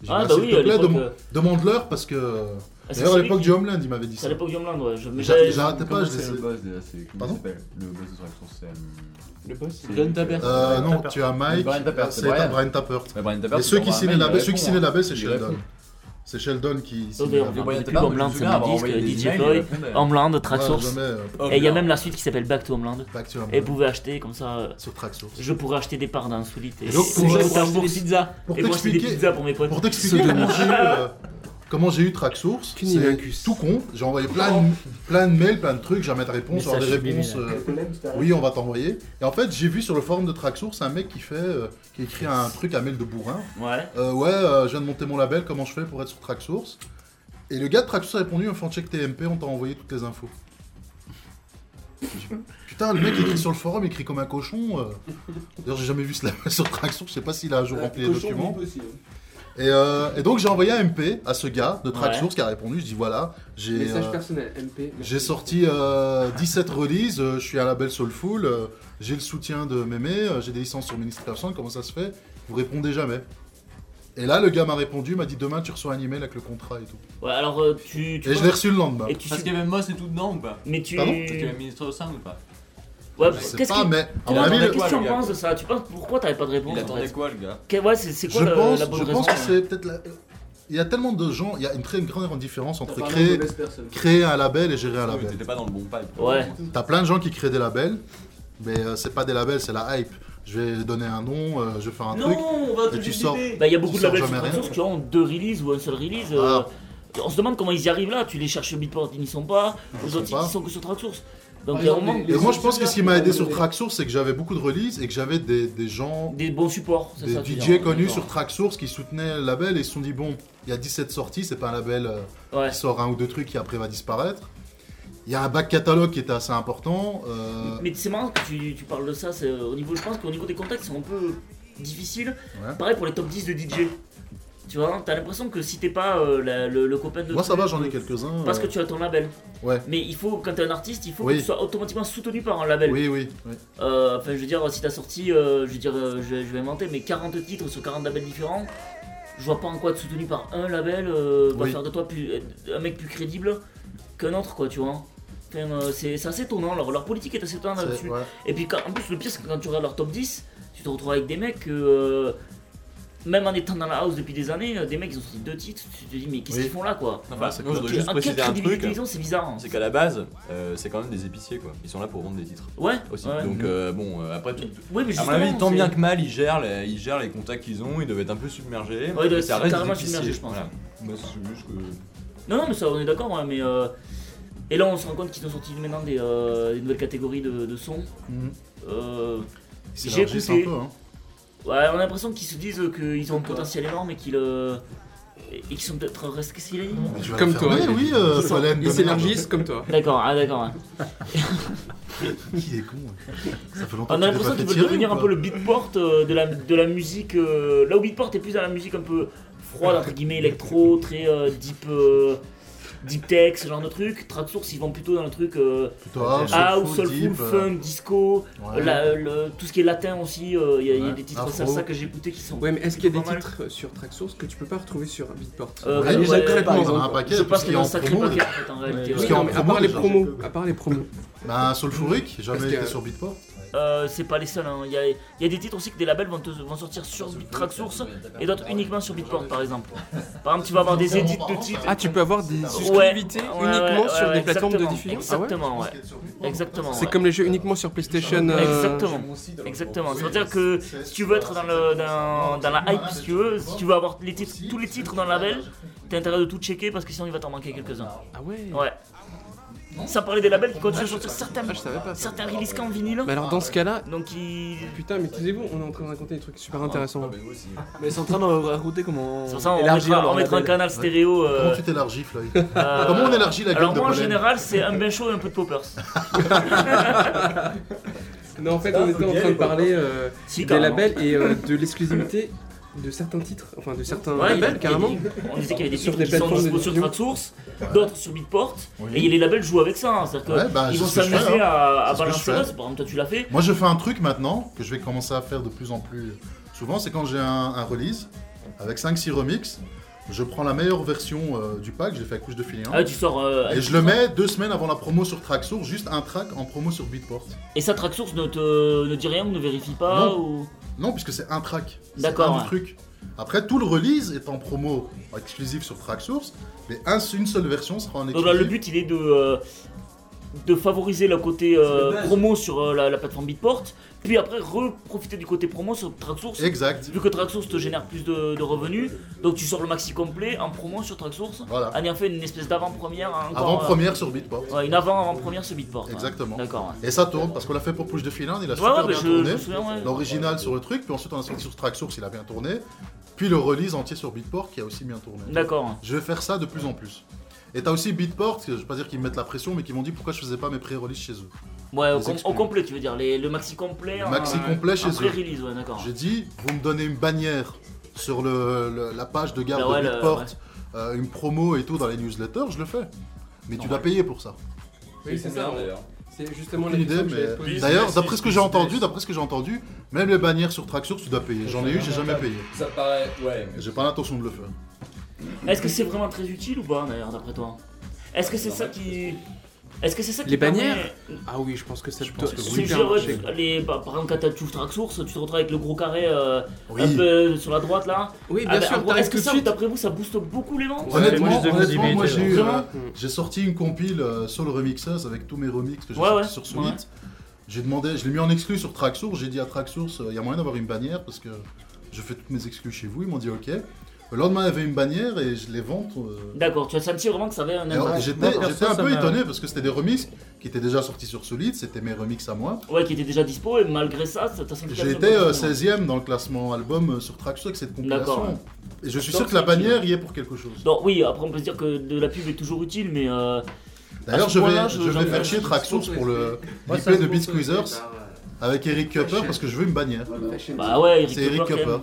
J'ai dit,
Ah,
Bah,
bah
s'il
oui,
te
à
plaît,
l'époque,
demo-
euh,
demande-leur parce que...
Ah, c'est
D'ailleurs à
celui
l'époque
qui-
du Homeland il m'avait dit
C'est
ça.
à l'époque du Homeland, ouais. Je- mais
J'ai-
j'avais-
J'arrêtais pas,
Comment
je
c'est
laissais...
le boss déjà c'est- comment il
Pardon
s'appelle Le boss de Traxxas, c'est. euh,
Le boss,
c'est-
John Taber.
Euh, non,
Tapper.
tu as Mike,
Brian Tapper,
c'est
c'est Brian.
Brian Tapper.
bah, Brian Tapper,
Et
tu
ceux
leur
qui
envoies un
signent les
mail,
labels,
il
ceux qui
répond,
signent les labels, c'est
Il
Sheldon.
répond.
C'est Sheldon qui
Oh,
signe euh, les
d'ailleurs,
labels.
on
Brian
parlait plus
Tapper,
Homeland,
je me
c'est
souviens
mon
avoir
disque,
envoyé des
DJ
emails,
Boy,
il répondait.
Homeland,
Ouais,
Traxsource.
jamais, euh,
Et il y a même la suite qui s'appelle Back to Homeland.
Back to Homeland.
Et vous pouvez acheter, comme ça, euh,
Sur Traxsource.
je pourrais acheter des parts d'insolites. Et,
Et donc,
et
pour-
je
pour
pourrais
acheter des
acheter-
pizzas.
Pour
et moi, acheter des
t'expliquer,
pizzas pour mes potes.
pour t'expliquer comment j'ai eu, euh, comment j'ai eu Traxsource,
Qu'une
c'est
Imacus.
tout con. J'ai envoyé plein de, plein de mails, plein de trucs, jamais de réponse, genre des réponses.
Message
euh, oui, on va t'envoyer. Et en fait, j'ai vu sur le forum de Traxsource un mec qui fait, euh, qui écrit un truc à mail de bourrin.
Ouais.
Euh, ouais, euh, je viens de monter mon label, comment je fais pour être sur Traxsource Et le gars de Traxsource a répondu, enfin check TMP, on t'a envoyé toutes les infos. Putain, le mec écrit sur le forum, il écrit comme un cochon. euh. D'ailleurs, j'ai jamais vu cela sur Traxsource, je sais pas s'il a un jour rempli les documents.
hein.
Et, euh, et donc, j'ai envoyé un MP à ce gars de Traxsource qui a répondu, je dis voilà, j'ai
Message
euh,
personnel, MP. merci.
j'ai sorti euh, 17 releases, euh, je suis un label Soulful, euh, j'ai le soutien de Mémé, euh, j'ai des licences sur Ministry of Sound, comment ça se fait Vous répondez jamais. Et là, le gars m'a répondu, m'a dit demain tu reçois un email avec le contrat et tout.
Ouais, alors euh, tu. tu
Et
vois-
je l'ai reçu le lendemain.
et tu
Parce
sais-
qu'il y avait Moss et tout dedans ou pas
Mais tu.
Pardon
Parce qu'il y avait Ministre au sein ou pas
Ouais,
Je sais
qu'est-ce
pas,
qui-
mais à mon
a
avis,
demandé
le-
Qu'est-ce que tu en
le
penses de ça Tu penses pourquoi t'avais pas de réponse
Il
en
attendait
fait
quoi le gars
Que- Ouais, c'est c'est quoi
je
la,
pense,
la bonne
je
raison
pense que c'est peut-être la- Il y a tellement de gens, il y a une très grande différence entre créer,
mauvaise personne.
créer un label et gérer un
Ah, mais
label.
T'étais pas dans le bon pipe.
Ouais.
T'as plein de gens qui créent des labels, mais euh, c'est pas des labels, c'est la hype. Je vais donner un nom, euh, je vais faire un truc.
on va
Et tu sors.
Bah, il y a beaucoup
Tu
de
sors
labels sur
jamais Ah.
Traxsource qui ont deux releases ou un seul release. euh, On se demande comment ils y arrivent là. Tu les cherches sur Beatport, ils n'y sont pas.
Ils
Aux
sont
autres,
pas. Ah,
ils sont que sur Traxsource. Donc,
Par
il y a un
exemple,
moment,
les-
Et
les-
moi, je pense que ce qui m'a aidé sur
Ouais.
Tracksource, c'est que j'avais beaucoup de releases et que j'avais des, des gens,
des bons supports. c'est
des
ça que tu dis,
DJ connus
d'accord.
sur Tracksource qui soutenaient le label et se sont dit bon, il y a 17 sorties, c'est pas un label euh,
Ouais.
qui sort un ou deux trucs qui après va disparaître. Il y a un back catalogue qui était assez important. euh,
Mais c'est marrant que tu, tu parles de ça, c'est euh, au niveau, je pense qu'au niveau des contacts c'est un peu difficile.
Ouais.
Pareil pour les top 10 de DJ. Tu vois, t'as l'impression que si t'es pas euh, la- le, le copain de...
moi, ça va, j'en ai quelques-uns.
Parce que
euh,
tu as ton label.
Ouais.
Mais il faut, quand t'es un artiste, il faut
Oui.
que tu sois automatiquement soutenu par un label.
Oui, oui, oui.
Euh, Enfin, je veux dire, si t'as sorti, euh, je veux dire, euh, je, je vais inventer, mais 40 titres sur 40 labels différents, je vois pas en quoi être soutenu par un label euh, va
Oui.
faire de toi plus, euh, un mec plus crédible qu'un autre, quoi, tu vois. Enfin, euh, c'est c'est assez étonnant, leur, leur politique est assez étonnante
C'est-
là-dessus.
ouais.
Et puis quand- en plus le pire c'est que quand tu regardes leur top 10, tu te retrouves avec des mecs que euh, même en étant dans la house depuis des années, euh, des mecs ils ont sorti deux titres, tu te dis mais qu'est-ce
Oui.
qu'ils font là quoi
Bah,
Enfin,
c'est
non, je dois
Quelle-
juste
en quelle
préciser un
crédibilité
truc.
ils ont, c'est bizarre. hein.
C'est qu'à la base, euh, c'est quand même des épiciers quoi. Ils sont là pour vendre des titres
Ouais,
aussi.
ouais.
Donc euh, bon, euh, après tout.
Ouais, mais
À mon
justement,
avis, tant
c'est-
bien que mal, ils gèrent les, ils gèrent les contacts qu'ils ont, ils doivent être un peu submergés.
Ouais, ils doivent
mais
être
ça reste des
carrément
épiciers,
submergés, je pense.
voilà. Moi, Bah, c'est juste que.
Non, non, mais ça on est d'accord, ouais, mais. euh, Et là on se rend compte qu'ils ont sorti maintenant des, euh, des nouvelles catégories de, de sons.
Mhm.
Euh,
Ils
J'ai
s'élargissent
écouté.
un peu, hein.
Ouais, on a l'impression qu'ils se disent euh, qu'ils ont un potentiel énorme et qu'ils. euh, Et qu'ils sont peut-être. Qu'est-ce qu'il a dit
Mais tu vas
Comme
le faire
toi,
bien,
il-
oui, euh,
Ils
Solène,
Ils
de
s'élargissent comme toi.
D'accord, ah d'accord. ouais.
merde. Qui est con hein. Ça fait longtemps que
On a
tu t'es pas
l'impression
fait
qu'ils veulent
tirer,
devenir
ou
un peu le beatport euh, de, la, de la musique. euh, là où beatport est plus dans la musique un peu froide, entre guillemets, électro, très euh, deep, euh, deep tech, ce genre de truc. Tracksource, ils vont plutôt dans le truc euh,
Toi,
house,
Soulful,
soulful,
Deep, euh,
funk, disco,
ouais.
Euh, la- le- tout ce qui est latin aussi. euh, Il y, a- il y a
Ouais.
des titres
Afro.
salsa que j'ai écoutés qui sont.
Ouais, mais est-ce qu'il y a des
Pas mal.
titres euh, sur Tracksource que tu peux pas retrouver sur Beatport
Euh,
Ouais,
ouais,
Par
Concrètement,
exemple,
par
un paquet,
Je
tout
pense
ce
qu'il
qu'il
y
y
a
a
un
en
sacré
promo,
paquet en fait en réalité.
Parce
ouais.
qu'il y a en
à part les
promo,
promos, à part les promos.
Bah, Soulfuric, jamais
Parce que-
été sur Beatport.
euh, c'est pas les seuls. hein. Il y, a, il y a des titres aussi que des labels vont, te- vont sortir sur BitTrack Source et d'autres uniquement sur Beatport par exemple. Par exemple, tu vas avoir des édits de titres.
Ah, tu peux avoir des
Ouais,
exclusivités
ouais, ouais,
uniquement
ouais,
sur
ouais,
des plateformes de
exactement,
diffusion Ah ouais
Exactement, ouais. Exactement.
C'est
ouais.
comme les jeux uniquement sur PlayStation. euh,
Exactement. Exactement. C'est-à-dire que si tu veux être dans, le, dans, dans la hype, si tu veux, si tu veux avoir les titres, tous les titres dans le label, t'as intérêt de tout checker parce que sinon il va t'en manquer quelques-uns.
Ah ouais
Ouais. Sans parler des labels qui continuent à sortir certains,
Ah, je savais pas ça.
certains releases qu'en vinyle.
Mais Bah alors dans ce cas-là,
Donc ils.
putain, mais taisez-vous, on est en train de raconter des trucs super
Ah,
intéressants.
bah,
Mais ils sont en train de raconter comment.
Ah, bah. C'est pour ça on
élargir
mettra,
leur
on mettra un
label.
canal stéréo. euh,
Comment tu t'élargis, Floyd
euh,
Comment on élargit la gueule
Alors
de
moi en
Pollen
général c'est un bain chaud et un peu de poppers.
Non, en fait, on était en train de parler euh,
Si,
des
carrément.
labels et euh, de l'exclusivité de certains titres, enfin de certains
Ouais, il y a-
labels carrément.
il y a des- On disait qu'il y avait des
Sur
titres
des
qui sont
plateformes de
dispo sur
diffusion.
Track Source, d'autres sur Beatport, et les labels jouent avec ça. hein, C'est-à-dire
Ouais, bah,
qu'ils
c'est
vont
ce que je
s'amuser hein.
fais, hein.
à, à
C'est ce que
balancer
je fais.
l'os. Par exemple, toi tu l'as fait.
Moi, je fais un truc maintenant que je vais commencer à faire de plus en plus souvent. C'est quand j'ai un, un release avec 5-6 remixes, je prends la meilleure version euh, du pack, je l'ai fait à couche de filin.
Ah, tu sors. euh,
et je le mets deux semaines avant la promo sur Tracksource, juste un track en promo sur Beatport.
Et ça, Track Source ne, te, ne dit rien ou ne vérifie pas
Non.
ou...
Non, puisque c'est un track. C'est
D'accord,
un
ouais.
truc. Après, tout le release est en promo exclusif sur Tracksource, mais un- une seule version sera en
Donc
exclusif.
là, le but, il est de, euh, de favoriser le côté euh,
C'est le buzz.
promo sur euh, la, la plateforme Beatport, puis après reprofiter du côté promo sur Track Source.
Exact.
Vu que Track Source te génère plus de, de revenus, donc tu sors le maxi complet en promo sur Track Source.
Voilà.
On y a fait une espèce d'avant-première. hein, encore, euh,
Avant-première sur Beatport.
Ouais, une avant-avant-première sur Beatport. ouais.
Exactement.
D'accord. ouais.
Et ça tourne parce qu'on l'a fait pour Push de Finland, il a
Ouais,
super bien
ouais, bah, je-
tourné.
je me souviens, ouais.
L'original sur le truc, puis ensuite on a sorti sur Track Source, il a bien tourné. Puis le release entier sur Beatport qui a aussi bien tourné.
D'accord.
Je vais faire ça de plus en plus. Et t'as aussi Beatport, que je vais pas dire qu'ils me mettent la pression, mais qui m'ont dit pourquoi je faisais pas mes pré-releases chez eux.
Ouais, au,
Les
com- au
exclus.
complet, tu veux dire, les- le maxi complet. hein,
Le
en-
maxi
en-
complet
en
chez eux.
pré-release, ouais, d'accord.
J'ai dit, vous me donnez une bannière sur le, le- la page de garde
Bah ouais,
de
le-
Beatport,
ouais.
euh, une promo et tout dans les newsletters, je le fais. Mais tu dois payer pour ça.
Oui, c'est ça. C'est justement la
Aucune idée,
question que j'avais
mais
posée.
d'ailleurs, d'après ce que j'ai entendu, d'après ce que j'ai entendu, même les bannières sur Tracksource, tu dois payer. J'en ai eu, j'ai jamais payé.
Ça paraît, ouais.
J'ai pas l'intention de le faire.
Est-ce que c'est vraiment très utile ou pas, d'ailleurs, d'après toi Est-ce que c'est ça qui. Est-ce que c'est ça qui.
Les
permet-
bannières Ah oui, je pense que ça doit
C'est
super
généreux,
marcher.
les- bah, par exemple, quand t'as- tu ouvres Track Source, tu te retrouves avec le gros carré euh, un
Oui.
peu sur la droite là.
Oui,
Ah,
bien
bah, en
sûr,
gros,
t'arrives
Est-ce que
tout de
ça,
suite.
d'après vous, ça booste beaucoup les ventes
Honnêtement,
Ouais, plus de
honnêtement, moi
visibilité,
j'ai eu,
vraiment.
euh, j'ai sorti une compile euh, sur le remixeuse avec tous mes remixes que j'ai
Ouais,
sortis
ouais,
sur
ouais.
Suite. J'ai demandé, je l'ai mis en exclu sur Tracksource. J'ai dit à Tracksource, il y a moyen d'avoir une bannière parce que je fais toutes mes exclus chez vous. Ils m'ont dit ok. Le lendemain, il y avait une bannière et je les vente. euh,
D'accord, tu as senti vraiment que ça avait un
et alors,
impact.
J'étais
perso,
j'étais un
ça
peu
m'a-
étonné parce que c'était des remixes qui étaient déjà sortis sur Solid, c'était mes remixes à moi.
Ouais, qui était déjà dispo et malgré ça, ça t'a senti.
J'ai été euh, 16ème dans le classement album euh, sur Tracksource avec cette
D'accord, ouais.
compilation. Et je suis
Donc,
sûr que la
c'est-
bannière y est pour quelque chose.
Non, oui, après on peut se dire que de la pub est toujours utile, mais euh, à
D'ailleurs,
ce
je vais,
point-là,
je
je- j'en
vais
ai
faire
un
chier
qui
Tracksource pour le
Moi,
l'IP
ça me
de Beat
pose-
Squeezers avec Eric Cupper parce que je veux une bannière.
bah ouais, Eric
C'est Eric
Cooper, quand
Cupper.
même.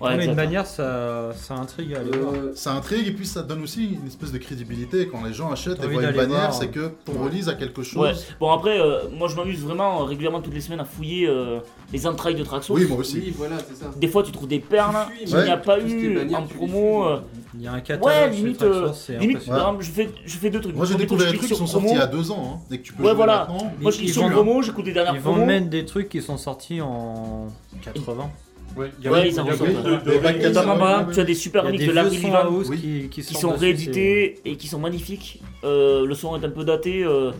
Ouais,
Ouais,
mais une
exact.
bannière, ça, ça intrigue à aller voir.
euh,
Ça intrigue et puis ça donne aussi une espèce de crédibilité quand les gens achètent
T'as
et
envie
voient une
d'aller
bannière,
voir.
c'est que ton release a quelque
hein. Ouais.
chose.
Bon après, euh, moi je m'amuse vraiment euh, régulièrement toutes les semaines à fouiller euh, les entrailles de Traxxon.
Oui, moi aussi.
Oui, voilà, c'est ça.
Des fois tu trouves des perles
Tu fuis,
qu'il
mais
n'y a pas
tout ce qui est
eu
bannière,
en
tu
promo.
les
euh,
Il y a un catalogue
ouais,
sur
limite,
Track
euh,
Source, c'est
limite par
impressionnant.
exemple, je fais, je fais deux trucs.
Moi, j'ai
Premier truc,
découvert
je
des
clique
trucs qui
sur
sont sortis
promo.
il y a deux ans, hein, et que tu peux
Ouais,
jouer
voilà.
maintenant.
Moi je clique
Ils
sur
vendent-
promo, j'écoute les dernières
Ils vendent
promos.
même des trucs qui sont sortis en 80.
Ouais, il y a-
Ouais,
il y
ils
a
en
beaucoup
ressortent.
de-
ouais. Notamment par exemple, tu as des super
Il y a
mix
des
de
vieux
Larry
sons
Levan.
house
Oui.
qui, qui
qui
sortent
sont
dessus,
réédités et qui sont magnifiques. Euh, le son est un peu daté, euh,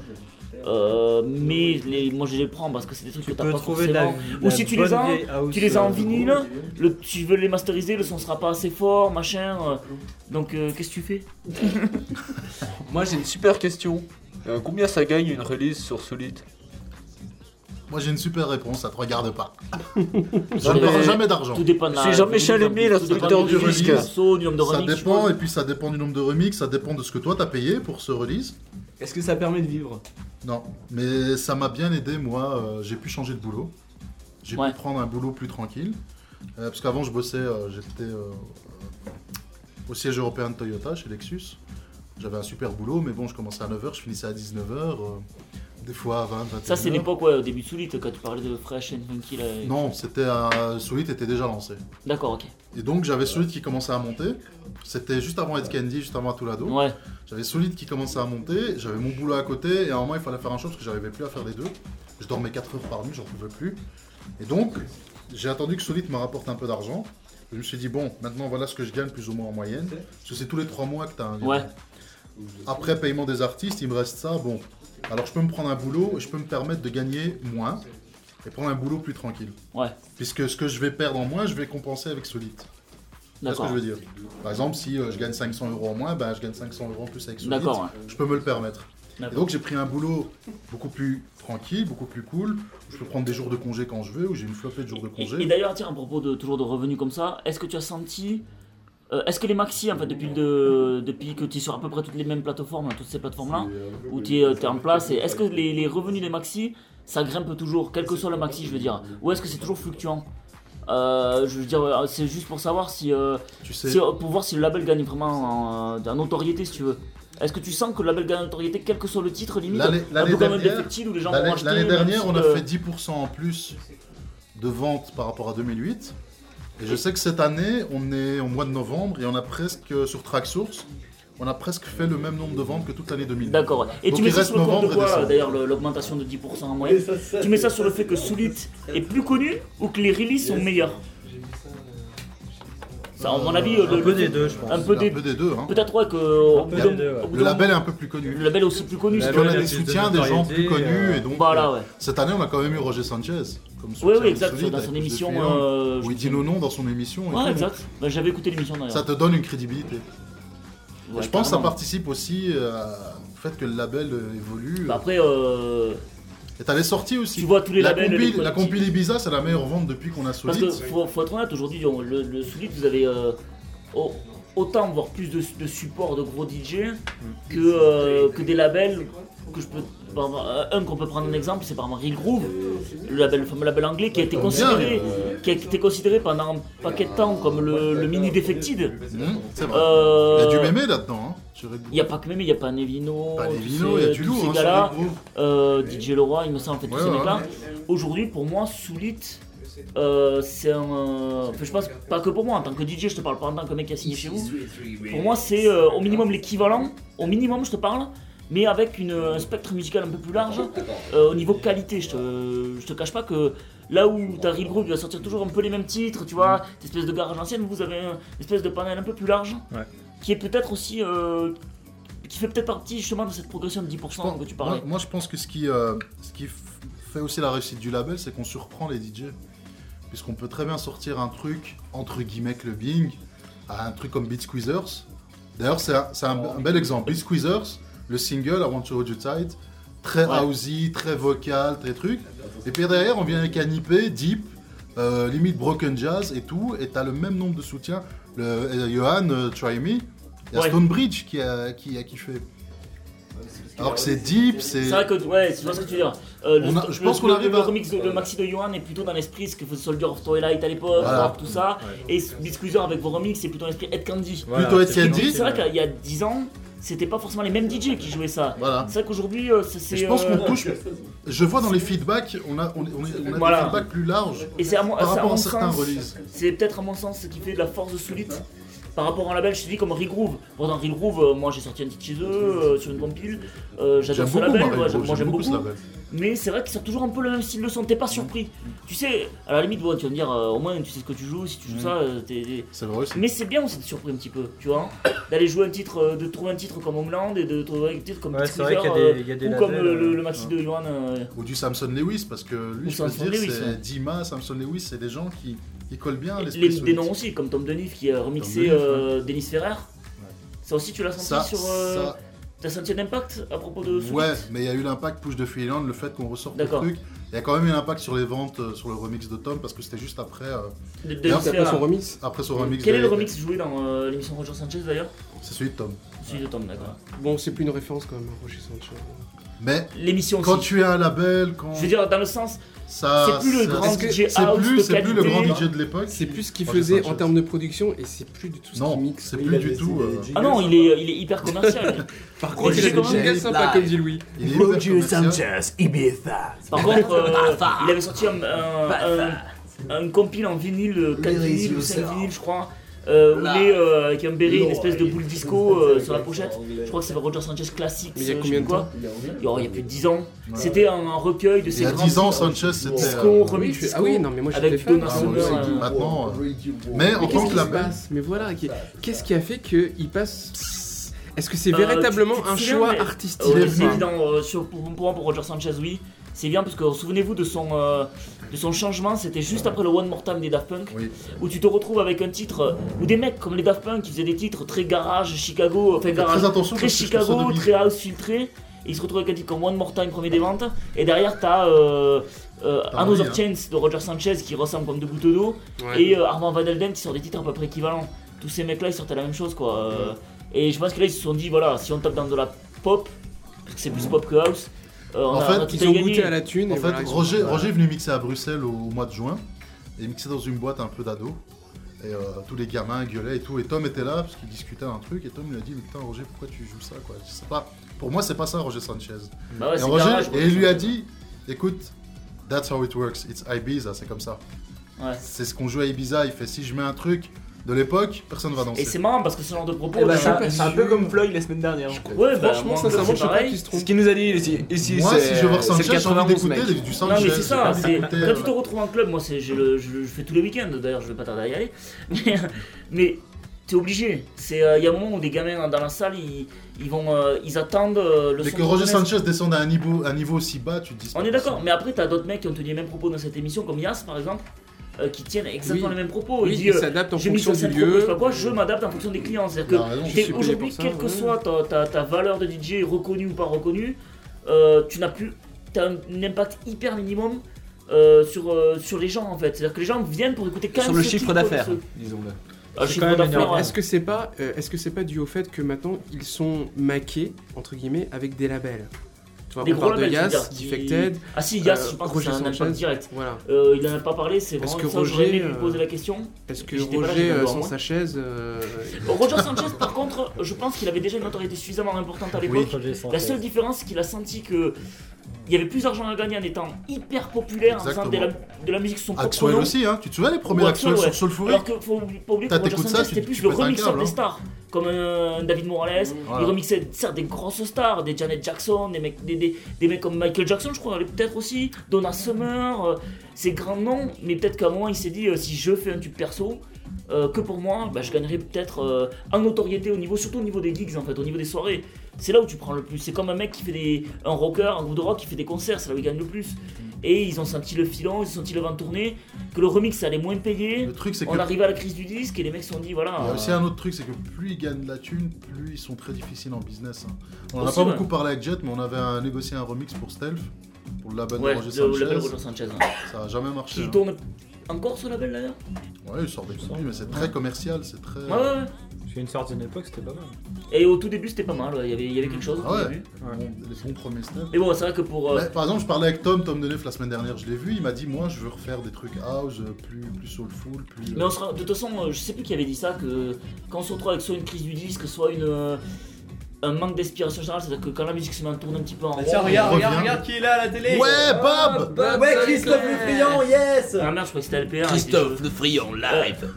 euh, mais les, moi je les prends parce que c'est des trucs
c'est- Tu
que t'as
peux
pas
trouver de la,
forcément.
de
Ou
la
si tu
bonne
les as,
vieille house,
Tu les as en
euh,
vinyle, le, tu veux les masteriser, le son sera pas assez fort, machin. euh, donc euh, qu'est-ce que tu fais
Moi j'ai une super question. Euh, combien ça gagne une release sur Solid
Moi, j'ai une super réponse, ça te regarde pas.
Ça
Ça ne
dépend-
perd jamais d'argent.
Tout dépend de la-
C'est Jean-Michel
tout
Aimé,
dépend-
l'inspecteur
tout dépend
du
release,
risque.
du morceau, du nombre de
Ça
remix,
dépend,
je
et puis ça dépend du nombre de remix, ça dépend de ce que toi t'as payé pour ce release.
Est-ce que ça permet de vivre
Non, mais ça m'a bien aidé, moi. euh, j'ai pu changer de boulot. J'ai
Ouais.
pu prendre un boulot plus tranquille. Euh, parce qu'avant, je bossais, euh, j'étais euh, au siège européen de Toyota, chez Lexus. J'avais un super boulot, mais bon, je commençais à 9h, je finissais à 19h. des fois à 20, 21
pense. Ça c'est l'époque ouais, au début de Soulite quand tu parlais de Fresh and Funky. là, et-
euh, Non, c'était à... Solid était déjà lancé.
D'accord, ok.
Et donc, j'avais Solid qui commençait à monter. C'était juste avant Ed Candy, juste avant Atulado.
Ouais,
J'avais Solid qui commençait à monter, j'avais mon boulot à côté, et à un moment il fallait faire un choix parce que j'arrivais plus à faire les deux. Je dormais 4 heures par nuit, j'en pouvais plus. Et donc, j'ai attendu que Solid me rapporte un peu d'argent. Je me suis dit, bon, maintenant voilà ce que je gagne plus ou moins en moyenne. Parce que c'est tous les 3 mois que tu as un livre.
Ouais.
Après paiement des artistes, il me reste ça. Bon, alors je peux me prendre un boulot et je peux me permettre de gagner moins et prendre un boulot plus tranquille.
Ouais.
Puisque ce que je vais perdre en moins, je vais compenser avec Solid. C'est ce que
D'accord.
je veux dire. Par exemple, si euh, je gagne 500 euros en moins, bah, je gagne 500 euros en plus avec Solid.
D'accord, ouais.
Je peux me le permettre. Et
D'accord.
donc j'ai pris un boulot beaucoup plus tranquille, beaucoup plus cool. où Je peux prendre des jours de congé quand je veux, ou j'ai une flopée de jours de congé.
Et, et d'ailleurs, tiens, à propos de toujours de revenus comme ça, est-ce que tu as senti. euh, est-ce que les maxi, en fait, depuis, le- depuis que tu es sur à peu près toutes les mêmes plateformes, toutes ces plateformes-là, où tu es, euh, t'es en place, et est-ce que les, les revenus des maxi, ça grimpe toujours, quel que soit le maxi, je veux dire Ou est-ce que c'est toujours fluctuant Euh, je veux dire, euh, c'est juste pour savoir si, euh,
sais-
si, euh, pour voir si le label gagne vraiment en, euh, en notoriété, si tu veux. Est-ce que tu sens que le label gagne en notoriété, quel que soit le titre, limite
L'année
un peu
l'année
comme
dernière,
Undefected, où les gens vont
l'année-
acheter,
l'année
même
dernière,
si
on a
le-
fait 10% en plus de ventes par rapport à 2008. Et je sais que cette année, on est au mois de novembre et on a presque, euh, sur Tracksource, on a presque fait le même nombre de ventes que toute l'année 2008.
D'accord. Et
Donc
tu mets
il
ça
reste
sur le compte de
novembre et
quoi
décembre.
d'ailleurs le- l'augmentation de 10% en moyenne Tu mets ça sur le fait que Soulit est plus connu ou que les releases sont meilleurs ça, à mon avis,
euh, Un
le- le
peu
fait-
des deux, je pense.
Un peu
Un
des,
peu des deux. hein.
Peut-être ouais, que au bout
peu
d'un-
des deux, ouais.
au bout
Le
d'un
label est
moment-
un peu plus connu.
le label est aussi plus connu.
Le
Parce
c'est
label
qu'on a
vrai.
a
des
plus de
soutiens des gens
notoriété,
plus connus.
euh,
Et donc,
Voilà,
euh,
ouais.
cette année, on a quand même eu Roger Sanchez comme
Oui,
soutien
oui, exact.
solide,
Dans
avec
son
plus de
émission.
clients,
euh,
où il
je-
dit nos noms dans son émission. et
Ouais,
tout.
exact. Bah, J'avais écouté l'émission d'ailleurs.
Ça te donne une crédibilité.
Ouais,
je pense que ça
carrément.
participe aussi euh, au fait que le label euh, évolue.
Bah, Après, euh,
Et t'as les sorties aussi.
Tu vois tous les
la
labels et les
Compile, la
collectifs.
compile Ibiza, c'est la meilleure vente depuis qu'on a
Parce
Solid.
que faut, faut être honnête, aujourd'hui, on- le, le Solid, vous avez euh, au- autant, voire plus de, de support de gros DJ que, euh, que des labels que je peux. par- euh, un qu'on peut prendre un exemple, c'est par exemple Real Groove, le, label, le fameux label anglais qui a été
Bien, euh,
considéré, qui a été considéré pendant un paquet de temps comme le, le mini Defected.
Mmh, c'est vrai. Il y
Euh,
a du mémé là-dedans. Hein, sur Red Bull.
il n'y a pas que même, il n'y a pas Nevino,
Pas les
tous
vinos, il y a
ces-
du
tous ces
lourd hein,
gars-là.
sur Red Bull.
Euh, DJ Leroy, il me semble, en fait, tous
Ouais,
ces
ouais.
mecs-là. Aujourd'hui, pour moi, Soulit, euh, c'est un. euh, enfin, je pense pas que pour moi, en tant que DJ, je te parle pas en tant que mec qui a signé chez vous. Pour moi, c'est euh, au minimum l'équivalent, au minimum, je te parle, mais avec une, un spectre musical un peu plus large euh, au niveau qualité. Je te, je te cache pas que. Là où ta Real Group il va sortir toujours un peu les mêmes titres, tu
Mm.
vois, cette espèce de garage ancienne, vous avez un- une espèce de panel un peu plus large,
Ouais.
qui est peut-être aussi, euh, qui fait peut-être partie justement de cette progression de 10% dont tu parlais.
Moi, moi, je pense que ce qui, euh, ce qui f- fait aussi la réussite du label, c'est qu'on surprend les DJ. Puisqu'on peut très bien sortir un truc, entre guillemets, clubbing, à un truc comme Beat Squeezers. D'ailleurs, c'est un, c'est un- un bel exemple. Beat Squeezers, le single, I Want to Hold You Tight, très
Ouais.
housey, très vocal, très truc. Et puis derrière, on vient avec un IP, deep, euh, limite broken jazz et tout. Et t'as le même nombre de soutiens. Le, euh, Johan, euh, Try Me, il y a
Ouais.
Stonebridge qui a, qui a kiffé. Alors que c'est deep, c'est.
C'est vrai que ouais, tu vois ce que tu veux dire. Euh, le
On a-
sto-
je
le-
pense qu'on
le-
arrive
le
à-
remix de- le maxi de Johan est plutôt dans l'esprit ce que faisait Soldier of Twilight à l'époque,
Voilà.
Warp, tout ça. Et Biscuizer avec vos remix, c'est plutôt dans l'esprit Ed Candy.
Plutôt Etienne
Et
Dit.
C'est vrai qu'il y a 10 ans, c'était pas forcément les mêmes DJ qui jouaient ça.
Voilà.
C'est vrai qu'aujourd'hui, euh, ça, c'est.
Et je pense
euh,
qu'on touche. Je vois dans les feedbacks, on a, on, on- on a
Voilà.
des feedbacks plus larges
Et c'est à, mon-
par
c'est à
rapport
mon
à certains
sens,
releases.
c'est peut-être à mon sens ce qui fait de la force de Solid par rapport à un label, je te dis comme Regroove. Bon, dans Regroove, euh, moi j'ai sorti un titre chez eux euh, sur une compile. Euh,
J'aime
J'adore ce
beaucoup
label,
Mario
ouais,
Bros,
moi j'aime beaucoup.
ce label.
Mais c'est vrai qu'ils sont toujours un peu le même style de son, t'es pas surpris. Tu sais, à la limite, bon, tu vas me dire, euh, au moins tu sais ce que tu joues, si tu joues ça, euh, t'es. t'es-
C'est vrai aussi.
Mais c'est bien aussi de surpris un petit peu, tu vois, hein, d'aller jouer un titre, euh, de trouver un titre comme Homeland et de trouver un titre comme
Ouais,
Beat
c'est vrai qu'il y a
Squeezer,
des- il y a des
euh, ou comme
labels,
euh, le,
euh,
le maxi de Johan. euh,
Ou du Samson Lewis, parce que
Ou
lui, je peux
Samson
te dire,
Lewis,
c'est
ouais.
Dima, Samson Lewis, c'est des gens qui, qui collent bien à
et
l'esprit
les, des
solide.
noms aussi, comme Tom Denif qui a remixé
Denif, ouais.
euh, Dennis Ferrer. Ça aussi, tu l'as senti
Ça,
sur. euh,
ça-
T'as senti un impact à propos de ce
ouais,
titre
mais il y a eu l'impact push de Freeland, le fait qu'on ressorte le
D'accord.
truc. Il y a quand même eu un impact sur les ventes, euh, sur le remix de Tom, parce que c'était juste après, euh,
de, de
D'ailleurs,
Dennis
c'est
Ferrer.
Après son remix.
après son remix.
Mmh. Quel est
de-
le remix joué dans euh, l'émission Roger Sanchez d'ailleurs
C'est celui de Tom.
Celui de Tom, d'accord.
Bon, c'est plus une référence quand même, Roger Sanchez.
Mais
L'émission
quand
aussi.
tu es un label, quand
Je veux dire, dans le sens,
ça,
c'est plus le
ça-
grand
Est-ce que-
DJ
Ah, c'est
house
plus,
de
c'est plus le grand
qualité.
DJ de l'époque.
C'est plus ce qu'il
Roger
faisait en
Sanchez.
termes de production et c'est plus du tout ce
Non,
qu'il mixe.
c'est plus du tout. euh,
Ah non, il est, il est hyper commercial.
Par
contre, il a des
jingles sympas, comme dit
Louis.
Il est hyper commercial.
Ibiza.
Par contre, euh, il avait sorti un, un, un- un compile en vinyle, 4
Les
vinyles ou 5
users.
vinyles, je crois, euh, où il est euh, avec un béret, une
Laurel.
espèce de boule disco euh, sur la pochette. Je crois que c'est le Roger Sanchez classique.
Mais il y a
euh, je
combien
sais
de
quoi. Il y a- il y a plus de 10 ans. C'était un, un recueil de
Il
ces
y a
grands
10 ans,
titres, euh,
Sanchez, c'était.
Disco,
euh,
remix
tu- ah
disco,
oui, non, mais moi, j'étais
Avec
fan.
Donna
Ah, on le
Summer,
sait
euh,
maintenant. euh, Mais en
Mais qu'est-ce
tant que
qui
la
se passe Mais voilà, qui- qu'est-ce qui a fait qu'il passe Est-ce que c'est
Euh,
véritablement
tu- tu te
un
souviens,
choix
mais-
artistique
Euh,
ou
c'est
pas
évident, euh, sur, pour, pour moi, pour Roger Sanchez, oui. C'est bien parce que souvenez-vous de son, euh, de son changement, c'était juste après le One More Time des Daft Punk,
Oui.
où tu te retrouves avec un titre euh, où des mecs comme les Daft Punk qui faisaient des titres très garage, Chicago, euh, enfin
Faites
garage,
Très attention,
très
parce que je trouve ça
Chicago,
débile.
très house filtré, et ils se retrouvent avec un titre comme One More Time, premier des ventes, et derrière t'as euh, euh,
T'as
Another
envie,
Chance de Roger Sanchez qui ressemble comme deux gouttes d'eau,
Ouais.
et euh, Armand Van Helden qui sort des titres à peu près équivalents. Tous ces mecs-là, ils sortaient la même chose, quoi. Euh, Et je pense que là, ils se sont dit, voilà, si on tape dans de la pop, parce que c'est plus pop que house, euh, on
En
a,
fait,
on a tout
Ils
à
ont
gagner.
goûté à la thune.
En
et
fait,
voilà, ils sont-
Roger, Roger est venu mixer à Bruxelles au, au mois de juin. Et il mixait dans une boîte un peu d'ado. Et euh, tous les gamins gueulaient et tout. Et Tom était là parce qu'il discutait un truc. Et Tom lui a dit Mais putain, Roger, pourquoi tu joues ça quoi Je sais pas. Pour moi, c'est pas ça, Roger Sanchez.
Bah ouais,
et
c'est
Roger,
garage, quoi.
et il lui a dit Écoute, that's how it works. It's Ibiza, c'est comme ça.
Ouais.
C'est ce qu'on joue à Ibiza. Il fait Si je mets un truc de l'époque, personne va danser.
Et c'est marrant parce que ce genre de
bah,
propos.
Eh ben,
là,
c'est
ça-
un- c'est un peu comme Floyd la semaine dernière.
Ouais, bah,
Franchement,
moi,
sincèrement,
c'est
je sais pas
pareil.
qui se trompe.
Ce qu'il nous a dit ici, ici
moi, si
c'est
je veux voir
c'est le
Sanchez, j'ai envie
91
d'écouter
mec.
des- du
Non
Sanchez.
mais c'est ça,
j'ai
c'est-
envie d'écouter,
quand tu te
euh,
retrouves en club, moi c'est je, le- je le je fais tous les week-ends d'ailleurs, je vais pas tarder à y aller, mais, mais t'es obligé, euh, il y a un moment où des gamins dans la salle ils, ils vont, euh, ils attendent euh, le
Mais
son
que Roger
japonais.
Sanchez descende à un niveau, un niveau aussi bas, tu te dis c'est
On
pas
est d'accord,
possible.
mais après t'as d'autres mecs qui ont tenu les mêmes propos dans cette émission, comme Yas par exemple, euh, qui tiennent exactement
Oui.
les mêmes propos,
Oui,
il dit
ils
euh,
s'adaptent en
j'ai mis
fonction du
60 propos, je sais
lieu.
pas quoi, je m'adapte en fonction des clients, c'est-à-dire que
Non, raison,
T'es-
je suis-
payé
Aujourd'hui,
pour ça,
quelle que
ouais.
soit ta, ta- ta valeur de DJ, reconnue ou pas reconnue, euh, tu n'as plus, t'as un, un impact hyper minimum euh, sur, euh, sur les gens en fait. C'est-à-dire que les gens viennent pour écouter quand
Sur
même
le
ce
chiffre
type de-
d'affaires,
ce-
disons-le.
Ah, le
C'est
chiffre
quand même
d'affaires.
énorme.
ouais.
Est-ce que c'est pas, euh, est-ce que c'est pas dû au fait que maintenant ils sont maqués entre guillemets avec des labels Tu vois,
Des
on
gros
parle de
labels,
Yas,
c'est-à-dire qui-
Defected,
Ah si, Yas,
euh,
je pense
Roger
que c'est un
Sanchez.
impact direct.
Voilà.
Euh, il en a pas parlé, c'est vraiment
Est-ce que
ça, j'aurais aimé
Roger, euh,
lui poser la question.
Est-ce que
J'étais pas là,
Roger
j'étais
euh,
dehors,
sans
moi.
sa chaise euh,
Roger Sanchez, par contre, je pense qu'il avait déjà une notoriété suffisamment importante à l'époque. La seule différence, c'est qu'il a senti que il y avait plus d'argent à gagner en étant hyper populaire, en faisant de la, de la musique sous son propre
Axwell
nom.
aussi, hein. Tu te souviens les premiers
Ou
Axwell
Axwell,
sur
ouais.
Soulfuric
Alors que faut pas oublier que
T'as-
Roger
t'écoutes ça,
Sanchez
tu-
c'était
tu
plus
pètes
le
un
remixeur
câble, hein.
des stars, comme euh, David Morales.
Voilà.
Il remixait certes des grosses stars, des Janet Jackson, des mecs, des, des- des mecs comme Michael Jackson, je crois, allez, peut-être aussi, Donna Summer, euh, ces grands noms. Mais peut-être qu'à un moment, il s'est dit euh, si je fais un tube perso. euh, que pour moi, bah, je gagnerais peut-être euh, en notoriété au niveau, surtout au niveau des gigs en fait, au niveau des soirées. C'est là où tu prends le plus. C'est comme un mec qui fait des, un rocker, un groupe de rock qui fait des concerts, c'est là où il gagne le plus. Et ils ont senti le filon, ils ont senti le vent tourner, que le remix ça allait moins payer.
Le truc, c'est que.
On arrive à la crise du disque et les mecs se sont dit voilà.
Il y a
euh,
aussi un autre truc, c'est que plus ils gagnent de la thune, plus ils sont très difficiles en business. hein. On en a
Aussi,
pas
ouais.
beaucoup parlé avec Jet, mais on avait euh, négocié un remix pour Stealth, pour le label
euh, ouais,
de Roger
le,
Sanchez.
label Roger Sanchez. hein.
Ça a jamais marché.
Qui
hein.
tourne encore ce label d'ailleurs
Ouais, il sort des copies, mais c'est très commercial, c'est très.
ouais, ouais, ouais.
Parce qu'à une certaine époque, c'était pas mal.
Et au tout début c'était pas mal, ouais. il y avait, il y avait quelque chose.
Ah ouais.
au début.
Bon, les bons premiers Stealth.
Mais bon, c'est vrai que pour. euh,
Ouais, Bah, par exemple, je parlais avec Tom, Tom Deneuve la semaine dernière, je l'ai vu, il m'a dit Moi, je veux refaire des trucs house, euh, plus, plus soulful, plus.
Mais on sera, de toute façon, euh, je sais plus qui avait dit ça, que quand on se retrouve avec soit une crise du disque, soit une, euh, un manque d'inspiration générale, c'est-à-dire que quand la musique se met à tourner un petit peu en rond.
Bah, Tiens, regarde,
revient.
regarde, regarde qui est là à la télé Bah,
Ouais, Bob
bah,
Ouais, Christophe Le Friand, yes
Ah merde, je crois que c'était LPR. avec des cheveux.
le friand live.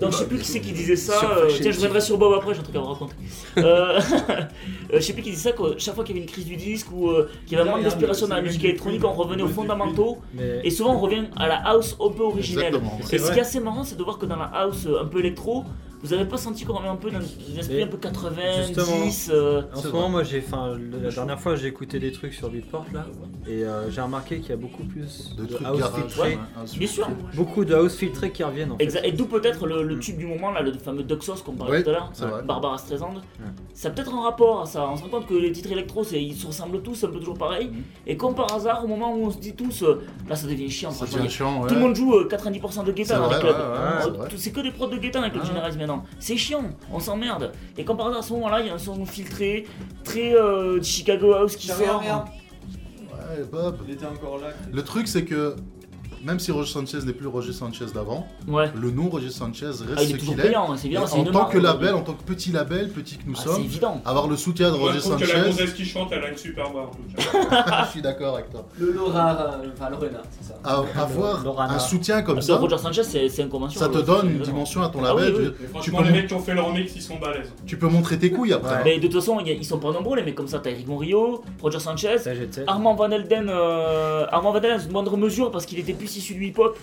Donc je sais plus qui c'est qui disait
Sur
ça. euh,
Fashion
tiens, je reviendrai sur Bob après, j'ai un truc à vous raconter. Euh, euh, je sais plus qui disait ça, que chaque fois qu'il y avait une crise du disque ou euh, qu'il y avait un manque d'inspiration dans la musique électronique, on revenait aux fondamentaux
Mais
et souvent on revient à la house un peu originelle.
Exactement. ouais.
Et ce qui est assez marrant, c'est de voir que dans la house euh, un peu électro, vous avez pas senti qu'on revient un peu dans un esprit
Mais-
un peu 90.
Justement.
euh,
en
C'est
ce
vrai.
moment, moi, j'ai, enfin, le- la dernière fois, j'ai écouté des trucs sur Beatport là, et euh, j'ai remarqué qu'il y a beaucoup plus
De trucs
house
garage. euh,
filtré,
ouais, house
Bien sûr.
filtré.
beaucoup de house filtrés qui reviennent. En fait.
Exa- Et d'où peut-être le, le tube du moment, là, le fameux Doxos qu'on parlait
Mm. Ouais,
tout à l'heure,
c'est vrai.
Barbara Streisand. Ça a peut-être un rapport à ça. On se rend compte que les titres électro, c'est- ils se ressemblent tous, un peu toujours pareil.
Mm.
Et comme par hasard, au moment où on se dit tous, euh, là ça devient chiant,
Ça
franchement,
devient chiant, ouais.
Tout le monde joue euh, 90% de
C'est
guetta dans
vrai,
les
ouais,
clubs.
ouais, c'est
Euh,
vrai. Ah.
tout- C'est que des prods de guetta avec le généralisme maintenant. C'est chiant, on s'emmerde. Et quand par hasard à ce moment-là, il y a un son filtré, très euh, Chicago House qui
Tiens, regarde,
sort.
regarde.
Ouais, Bob.
Il était encore là.
Le truc, c'est que même si Roger Sanchez n'est plus Roger Sanchez d'avant,
Ouais.
le nom Roger Sanchez reste
Ah, il est
ce
toujours
qu'il est.
payant, hein, c'est évident,
Et
c'est
en
une
tant
marque,
que
donc.
label, en tant que petit label, petit que nous
Ah,
sommes,
c'est évident.
avoir le soutien de
Moi, je
Roger
trouve que la
Sanchez.
gonzesse qui chante, elle a une super voix en tout cas.
Je suis d'accord avec toi.
Le Laura, euh, enfin le renard, c'est ça.
À- Avoir un soutien comme
Parce que
ça,
Roger Sanchez, c'est c'est inconvention.
ça te
le-
donne
c'est-
une dimension à ton
Ah
label.
oui, oui.
je veux dire,
Et
Tu
franchement,
peux,
les
mon-
mecs qui ont fait leur mix, ils sont balèzes.
tu peux montrer tes couilles après.
Mais de toute façon, il y a- ils sont pas nombreux les mecs comme ça. T'as Eric Morillo, Roger Sanchez,
Ah,
Ça, j'étais.
Armand Van Elden, euh, Armand Van Elden, dans une moindre mesure parce qu'il était plus issu du hip-hop.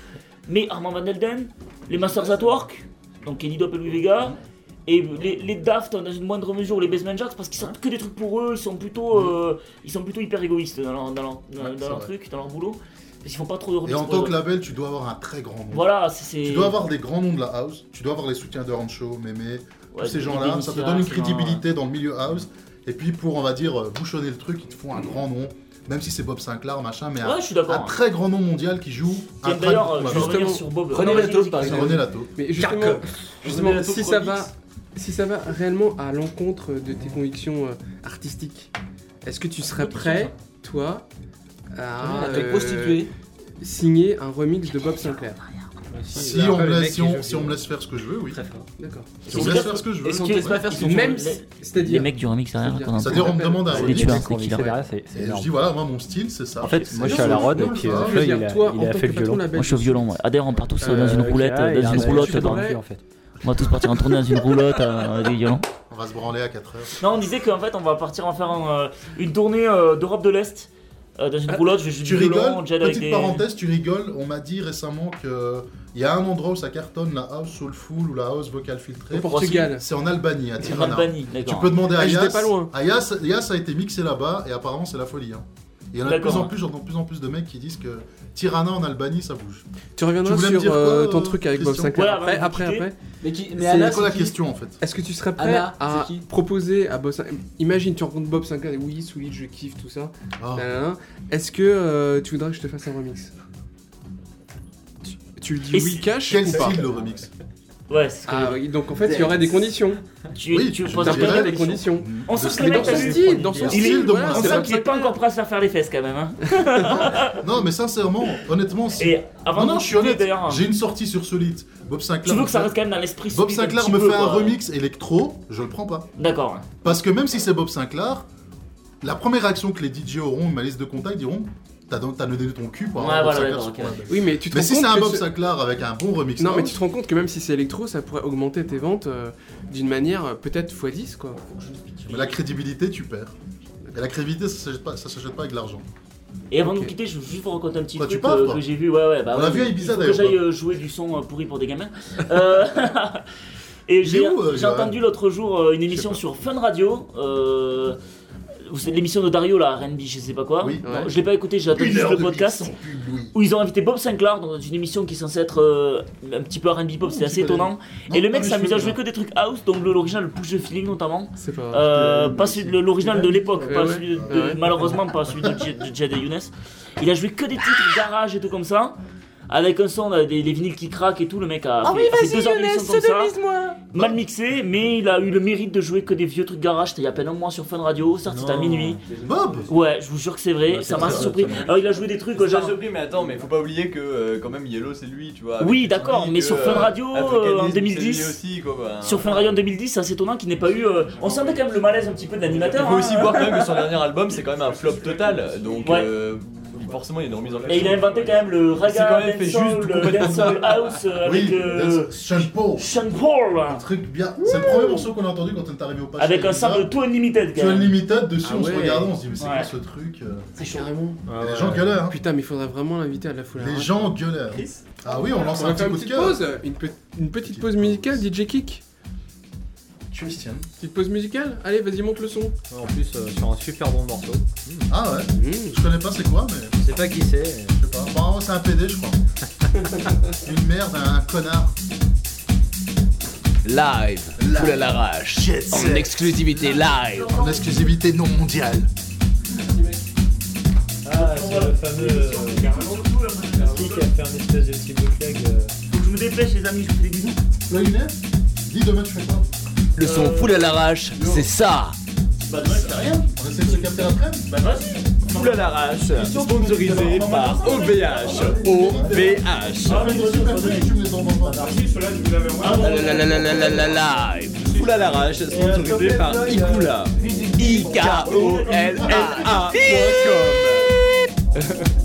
Mais Armand Van Elden, les Masters at Work, donc Kenny Dope et Louis Vega, et les, les Daft dans une moindre mesure, les Basement Jacks, parce qu'ils sortent que des trucs pour eux, ils sont plutôt, euh, ils sont plutôt hyper égoïstes dans leur, dans leur- dans
Mm. Ouais, c'est
leur
vrai.
truc, dans leur boulot, parce qu'ils font pas trop de
hein. Et
remixes
en
pour
tant
eux.
que label, tu dois avoir un très grand nom.
Voilà, c'est.
Tu dois avoir des grands noms de la house, tu dois avoir les soutiens de Rancho, Mémé,
ouais,
tous ces
des- hein. euh,
gens-là,
des
ça te
Missia,
donne une
ces gens-là.
crédibilité dans le milieu house. Et puis pour, on va dire, euh, bouchonner le truc, ils te font un grand nom, même si c'est Bob Sinclair, machin, mais un,
Ouais, je suis d'accord.
un très grand nom mondial qui joue
Et
un très
D'ailleurs,
bon
euh, je vais
label.
revenir
Justement,
sur Bob.
René
Non, vas-y,
Latto,
vas-y,
par
vas-y.
C'est
exemple.
René Latto.
Mais justement,
Carcomme.
justement,
Revenez à
si
ton
ça
remix.
va, si ça va réellement à l'encontre de tes convictions euh, artistiques, est-ce que tu serais prêt,
hein.
toi, à
Ah, t'es
euh,
prostituée.
signer un remix de Bob Sinclair
Si on, me laisse, si, on, si on me laisse faire ce que je veux, oui.
Très fort.
D'accord.
Si on me laisse faire ce que je veux.
Et si on
Qui-
te laisse pas faire son
Ils sont-
Même,
les-
si-
Les
c'est-à-dire,
mecs du remix arrière,
C'est-à-dire-
qu'on entend.
C'est-à-dire, on me demande un
C'est
remix,
des tueurs.
et je dis voilà, moi mon style c'est Ah ça.
En fait, moi je suis à la rod et puis
je
euh,
veux
Feu, il
dire,
a,
toi,
il
en
a
tant
fait
que
le violon.
patron label,
Moi je suis violon, ouais. Ah, D'ailleurs, on part tous euh, dans
Euh,
une roulette,
Kia,
euh,
il a
dans une
un-
roulotte.
je suis
dans-
dans le cul, en fait.
On va tous partir en tournée dans une roulotte euh, avec des violons.
On va se branler à 4 heures.
Non, on disait qu'en fait, on va partir en faire un, euh, une tournée euh, d'Europe de l'Est euh, dans une
Ah,
roulotte. Je joue
Tu
du violon,
rigoles
Jed avec
Petite
des-
parenthèse, tu rigoles. On m'a dit récemment que il y a un endroit où ça cartonne la house soulful ou la house vocale filtrée.
au Portugal.
C'est en Albanie, à
en
Tirana.
Albanie,
Tu
d'accord.
peux demander à
Ah, j'étais
Ayas.
pas loin.
Ayas, Ayas a été mixé là-bas et apparemment c'est la folie. hein. Il y en a de
D'accord,
plus en
ouais.
plus, j'entends de plus en plus de mecs qui disent que Tirana en Albanie ça bouge.
Tu reviendras
Tu voulais me
sur
dire
euh,
quoi,
ton
euh,
truc avec Bob
Christian
Sinclair.
Ouais,
après,
bah,
avant de
après,
quitter.
après.
Mais, qui,
C'est
mais Anna,
C'est quoi la
qui
question en fait
Est-ce que tu serais prêt
Anna,
à
c'est qui
proposer à Bob Sinclair Imagine, tu rencontres Bob Sinclair, oui, Soulid, je kiffe, tout ça.
Ah.
nanana. Est-ce que euh, tu voudrais que je te fasse un remix Tu- tu dis
Et
oui
c'est-
cash
Quel
ou pas
style le remix
Ouais, c'est ce que
Ah oui, donc en fait il y aurait des conditions.
Ah,
tu,
oui,
tu
je
poses
te
un
dirais,
cadre.
des conditions.
On sent que
Mais
le
Dans
mec
dans
a
son
son
eu-
style, dans son
Il est-
style.
de
voilà,
moi,
On
c'est
Bob
sent qu'il est pas
Sinclair.
encore prêt à se faire faire les fesses quand même. hein.
Non mais sincèrement, honnêtement, si-
Et avant
non non,
de
je suis
quitter,
honnête.
d'ailleurs, hein.
J'ai une sortie sur Solite. Bob Sinclair.
tu veux
me
que ça
fait-
reste quand même dans l'esprit
Bob
speed un
Sinclair
petit
me
peu,
fait un
quoi.
remix électro, je le prends pas.
D'accord. ouais.
Parce que même si c'est Bob Sinclair, la première réaction que les DJ auront, ma liste de contacts diront, t'as don- t'as donné ton cul pour
Ouais,
avoir Bob
voilà,
Sinclair
d'accord,
sur ton
ok.
label.
Oui, mais tu te
Mais
rends
si
compte
c'est un
que
Bob
ce-
Sinclair avec un bon remix,
Non, mais
house,
tu te rends compte que même si c'est électro, ça pourrait augmenter tes ventes euh, d'une manière euh, peut-être x10 quoi.
Mais la crédibilité, tu perds. Et la crédibilité, ça s'achète pas, ça s'achète pas avec de l'argent.
Et avant de
Ok.
nous quitter, je veux juste vous raconter un petit
Toi, tu
truc
pars,
euh,
toi
que j'ai vu. Ouais, ouais, bah,
On l'a
ouais,
vu à Ibiza,
il faut
d'ailleurs,
Que j'aille euh, jouer du son euh, pourri pour des gamins. Euh, et
est
j'ai
où, euh,
j'ai
Johan
entendu l'autre jour euh, une émission sur Fun Radio. euh, c'est l'émission de Dario là, RB, je sais pas quoi.
Oui,
Non,
ouais.
je l'ai pas écouté, j'ai entendu
Une
juste
heure
le
de
podcast.
mix sans pub, Louis.
Où ils ont invité Bob Sinclair dans une émission qui est censée être euh, un petit peu RB pop, c'est assez étonnant.
Oh, Non,
Et le
pas
mec
les
s'amuse à
cheveux,
jouer
là.
que des trucs house, donc le- l'original, le push de feeling notamment.
C'est pas
Euh, pas celui de- l'original de l'époque,
Ouais,
pas
ouais.
celui de-
Ouais, ouais.
malheureusement pas celui de, J- de Jed et Younes. Il a joué que des titres garage et tout comme ça. Avec un son, là, des, les vinyles qui craquent et tout, le mec a
Ah oui,
fait- a fait
vas-y,
deux heures d'émission
Younes,
comme ça,
sodomise-moi
mal mixé, mais il a eu le mérite de jouer que des vieux trucs garage. C'était il y a à peine un mois sur Fun Radio, sorti c'était à minuit.
Bob
Ouais, je vous jure que c'est vrai,
Bah, c'est
ça m'a
ça,
surpris.
ça m'a-
Alors il a joué des trucs euh,
J'ai
genre.
surpris, mais attends, mais faut pas oublier que euh, quand même Yellow c'est lui, tu vois. avec
Oui,
Petit
d'accord,
Nick,
mais sur
euh,
Fun Radio euh, en
Africanisme, c'est lui
2010.
aussi, quoi,
hein.
bah.
Sur Fun Radio en 2010, c'est assez étonnant qu'il n'ait pas eu. euh, on sentait quand même le malaise un petit peu de l'animateur.
Il faut
hein.
aussi voir quand même que son dernier album c'est quand même un flop total, donc
Ouais.
euh, il- forcément il y a une remise en
Et il a
question.
inventé quand même le
C'est quand
raga
même fait
dancehall,
juste
le
complètement
dancehall house euh, avec
Oui,
euh,
that's- Sean Paul.
Sean Paul
Un truc bien. C'est le premier morceau qu'on a entendu quand on est arrivé au passage.
avec un simple tout unlimited.
Tu
Quand
as
même.
Limited dessus,
Ah
on se
ouais. Ah
regardait, on se dit, mais c'est
Ouais.
quoi ce truc euh,
C'est chaud.
carrément.
Ah
et Les gens gueulaient, hein.
Putain, mais il faudrait vraiment l'inviter à la foule. à
Les
rage.
gens gueulaient. hein. Ah oui, on
On
lance
va
un
faire
petit
une
coup de
petite
cœur.
pause, une, pe- une petite pause musicale, DJ Kick.
Christian.
Petite pause musicale Allez, vas-y, monte le son.
En plus, euh, sur un super bon morceau.
Ah ouais,
Mmh.
je connais pas c'est quoi, mais
Je sais pas qui
je
c'est.
sais pas. Bon, c'est un PD, je crois. Une merde, un connard.
Live, poule à l'arrache,
Jet
en
set,
exclusivité live.
en exclusivité non mondiale.
Ah, c'est le fameux. Qui qui a fait un espèce de petit bootleg.
Faut que je me dépêche, les amis, je vous fais des bisous.
La lunette Dis demain tu fais quoi
Le son poule à l'arrache, c'est ça.
Bah, ouais, c'est rien.
On essaie de se capter l'après
Bah, vas-y.
Poule à l'arrache, sponsorisé par OVH.
Ah
OVH. Live. Poule à l'arrache, sponsorisé par
Mmh.
Ikula. I-K-O-L-A-A.com.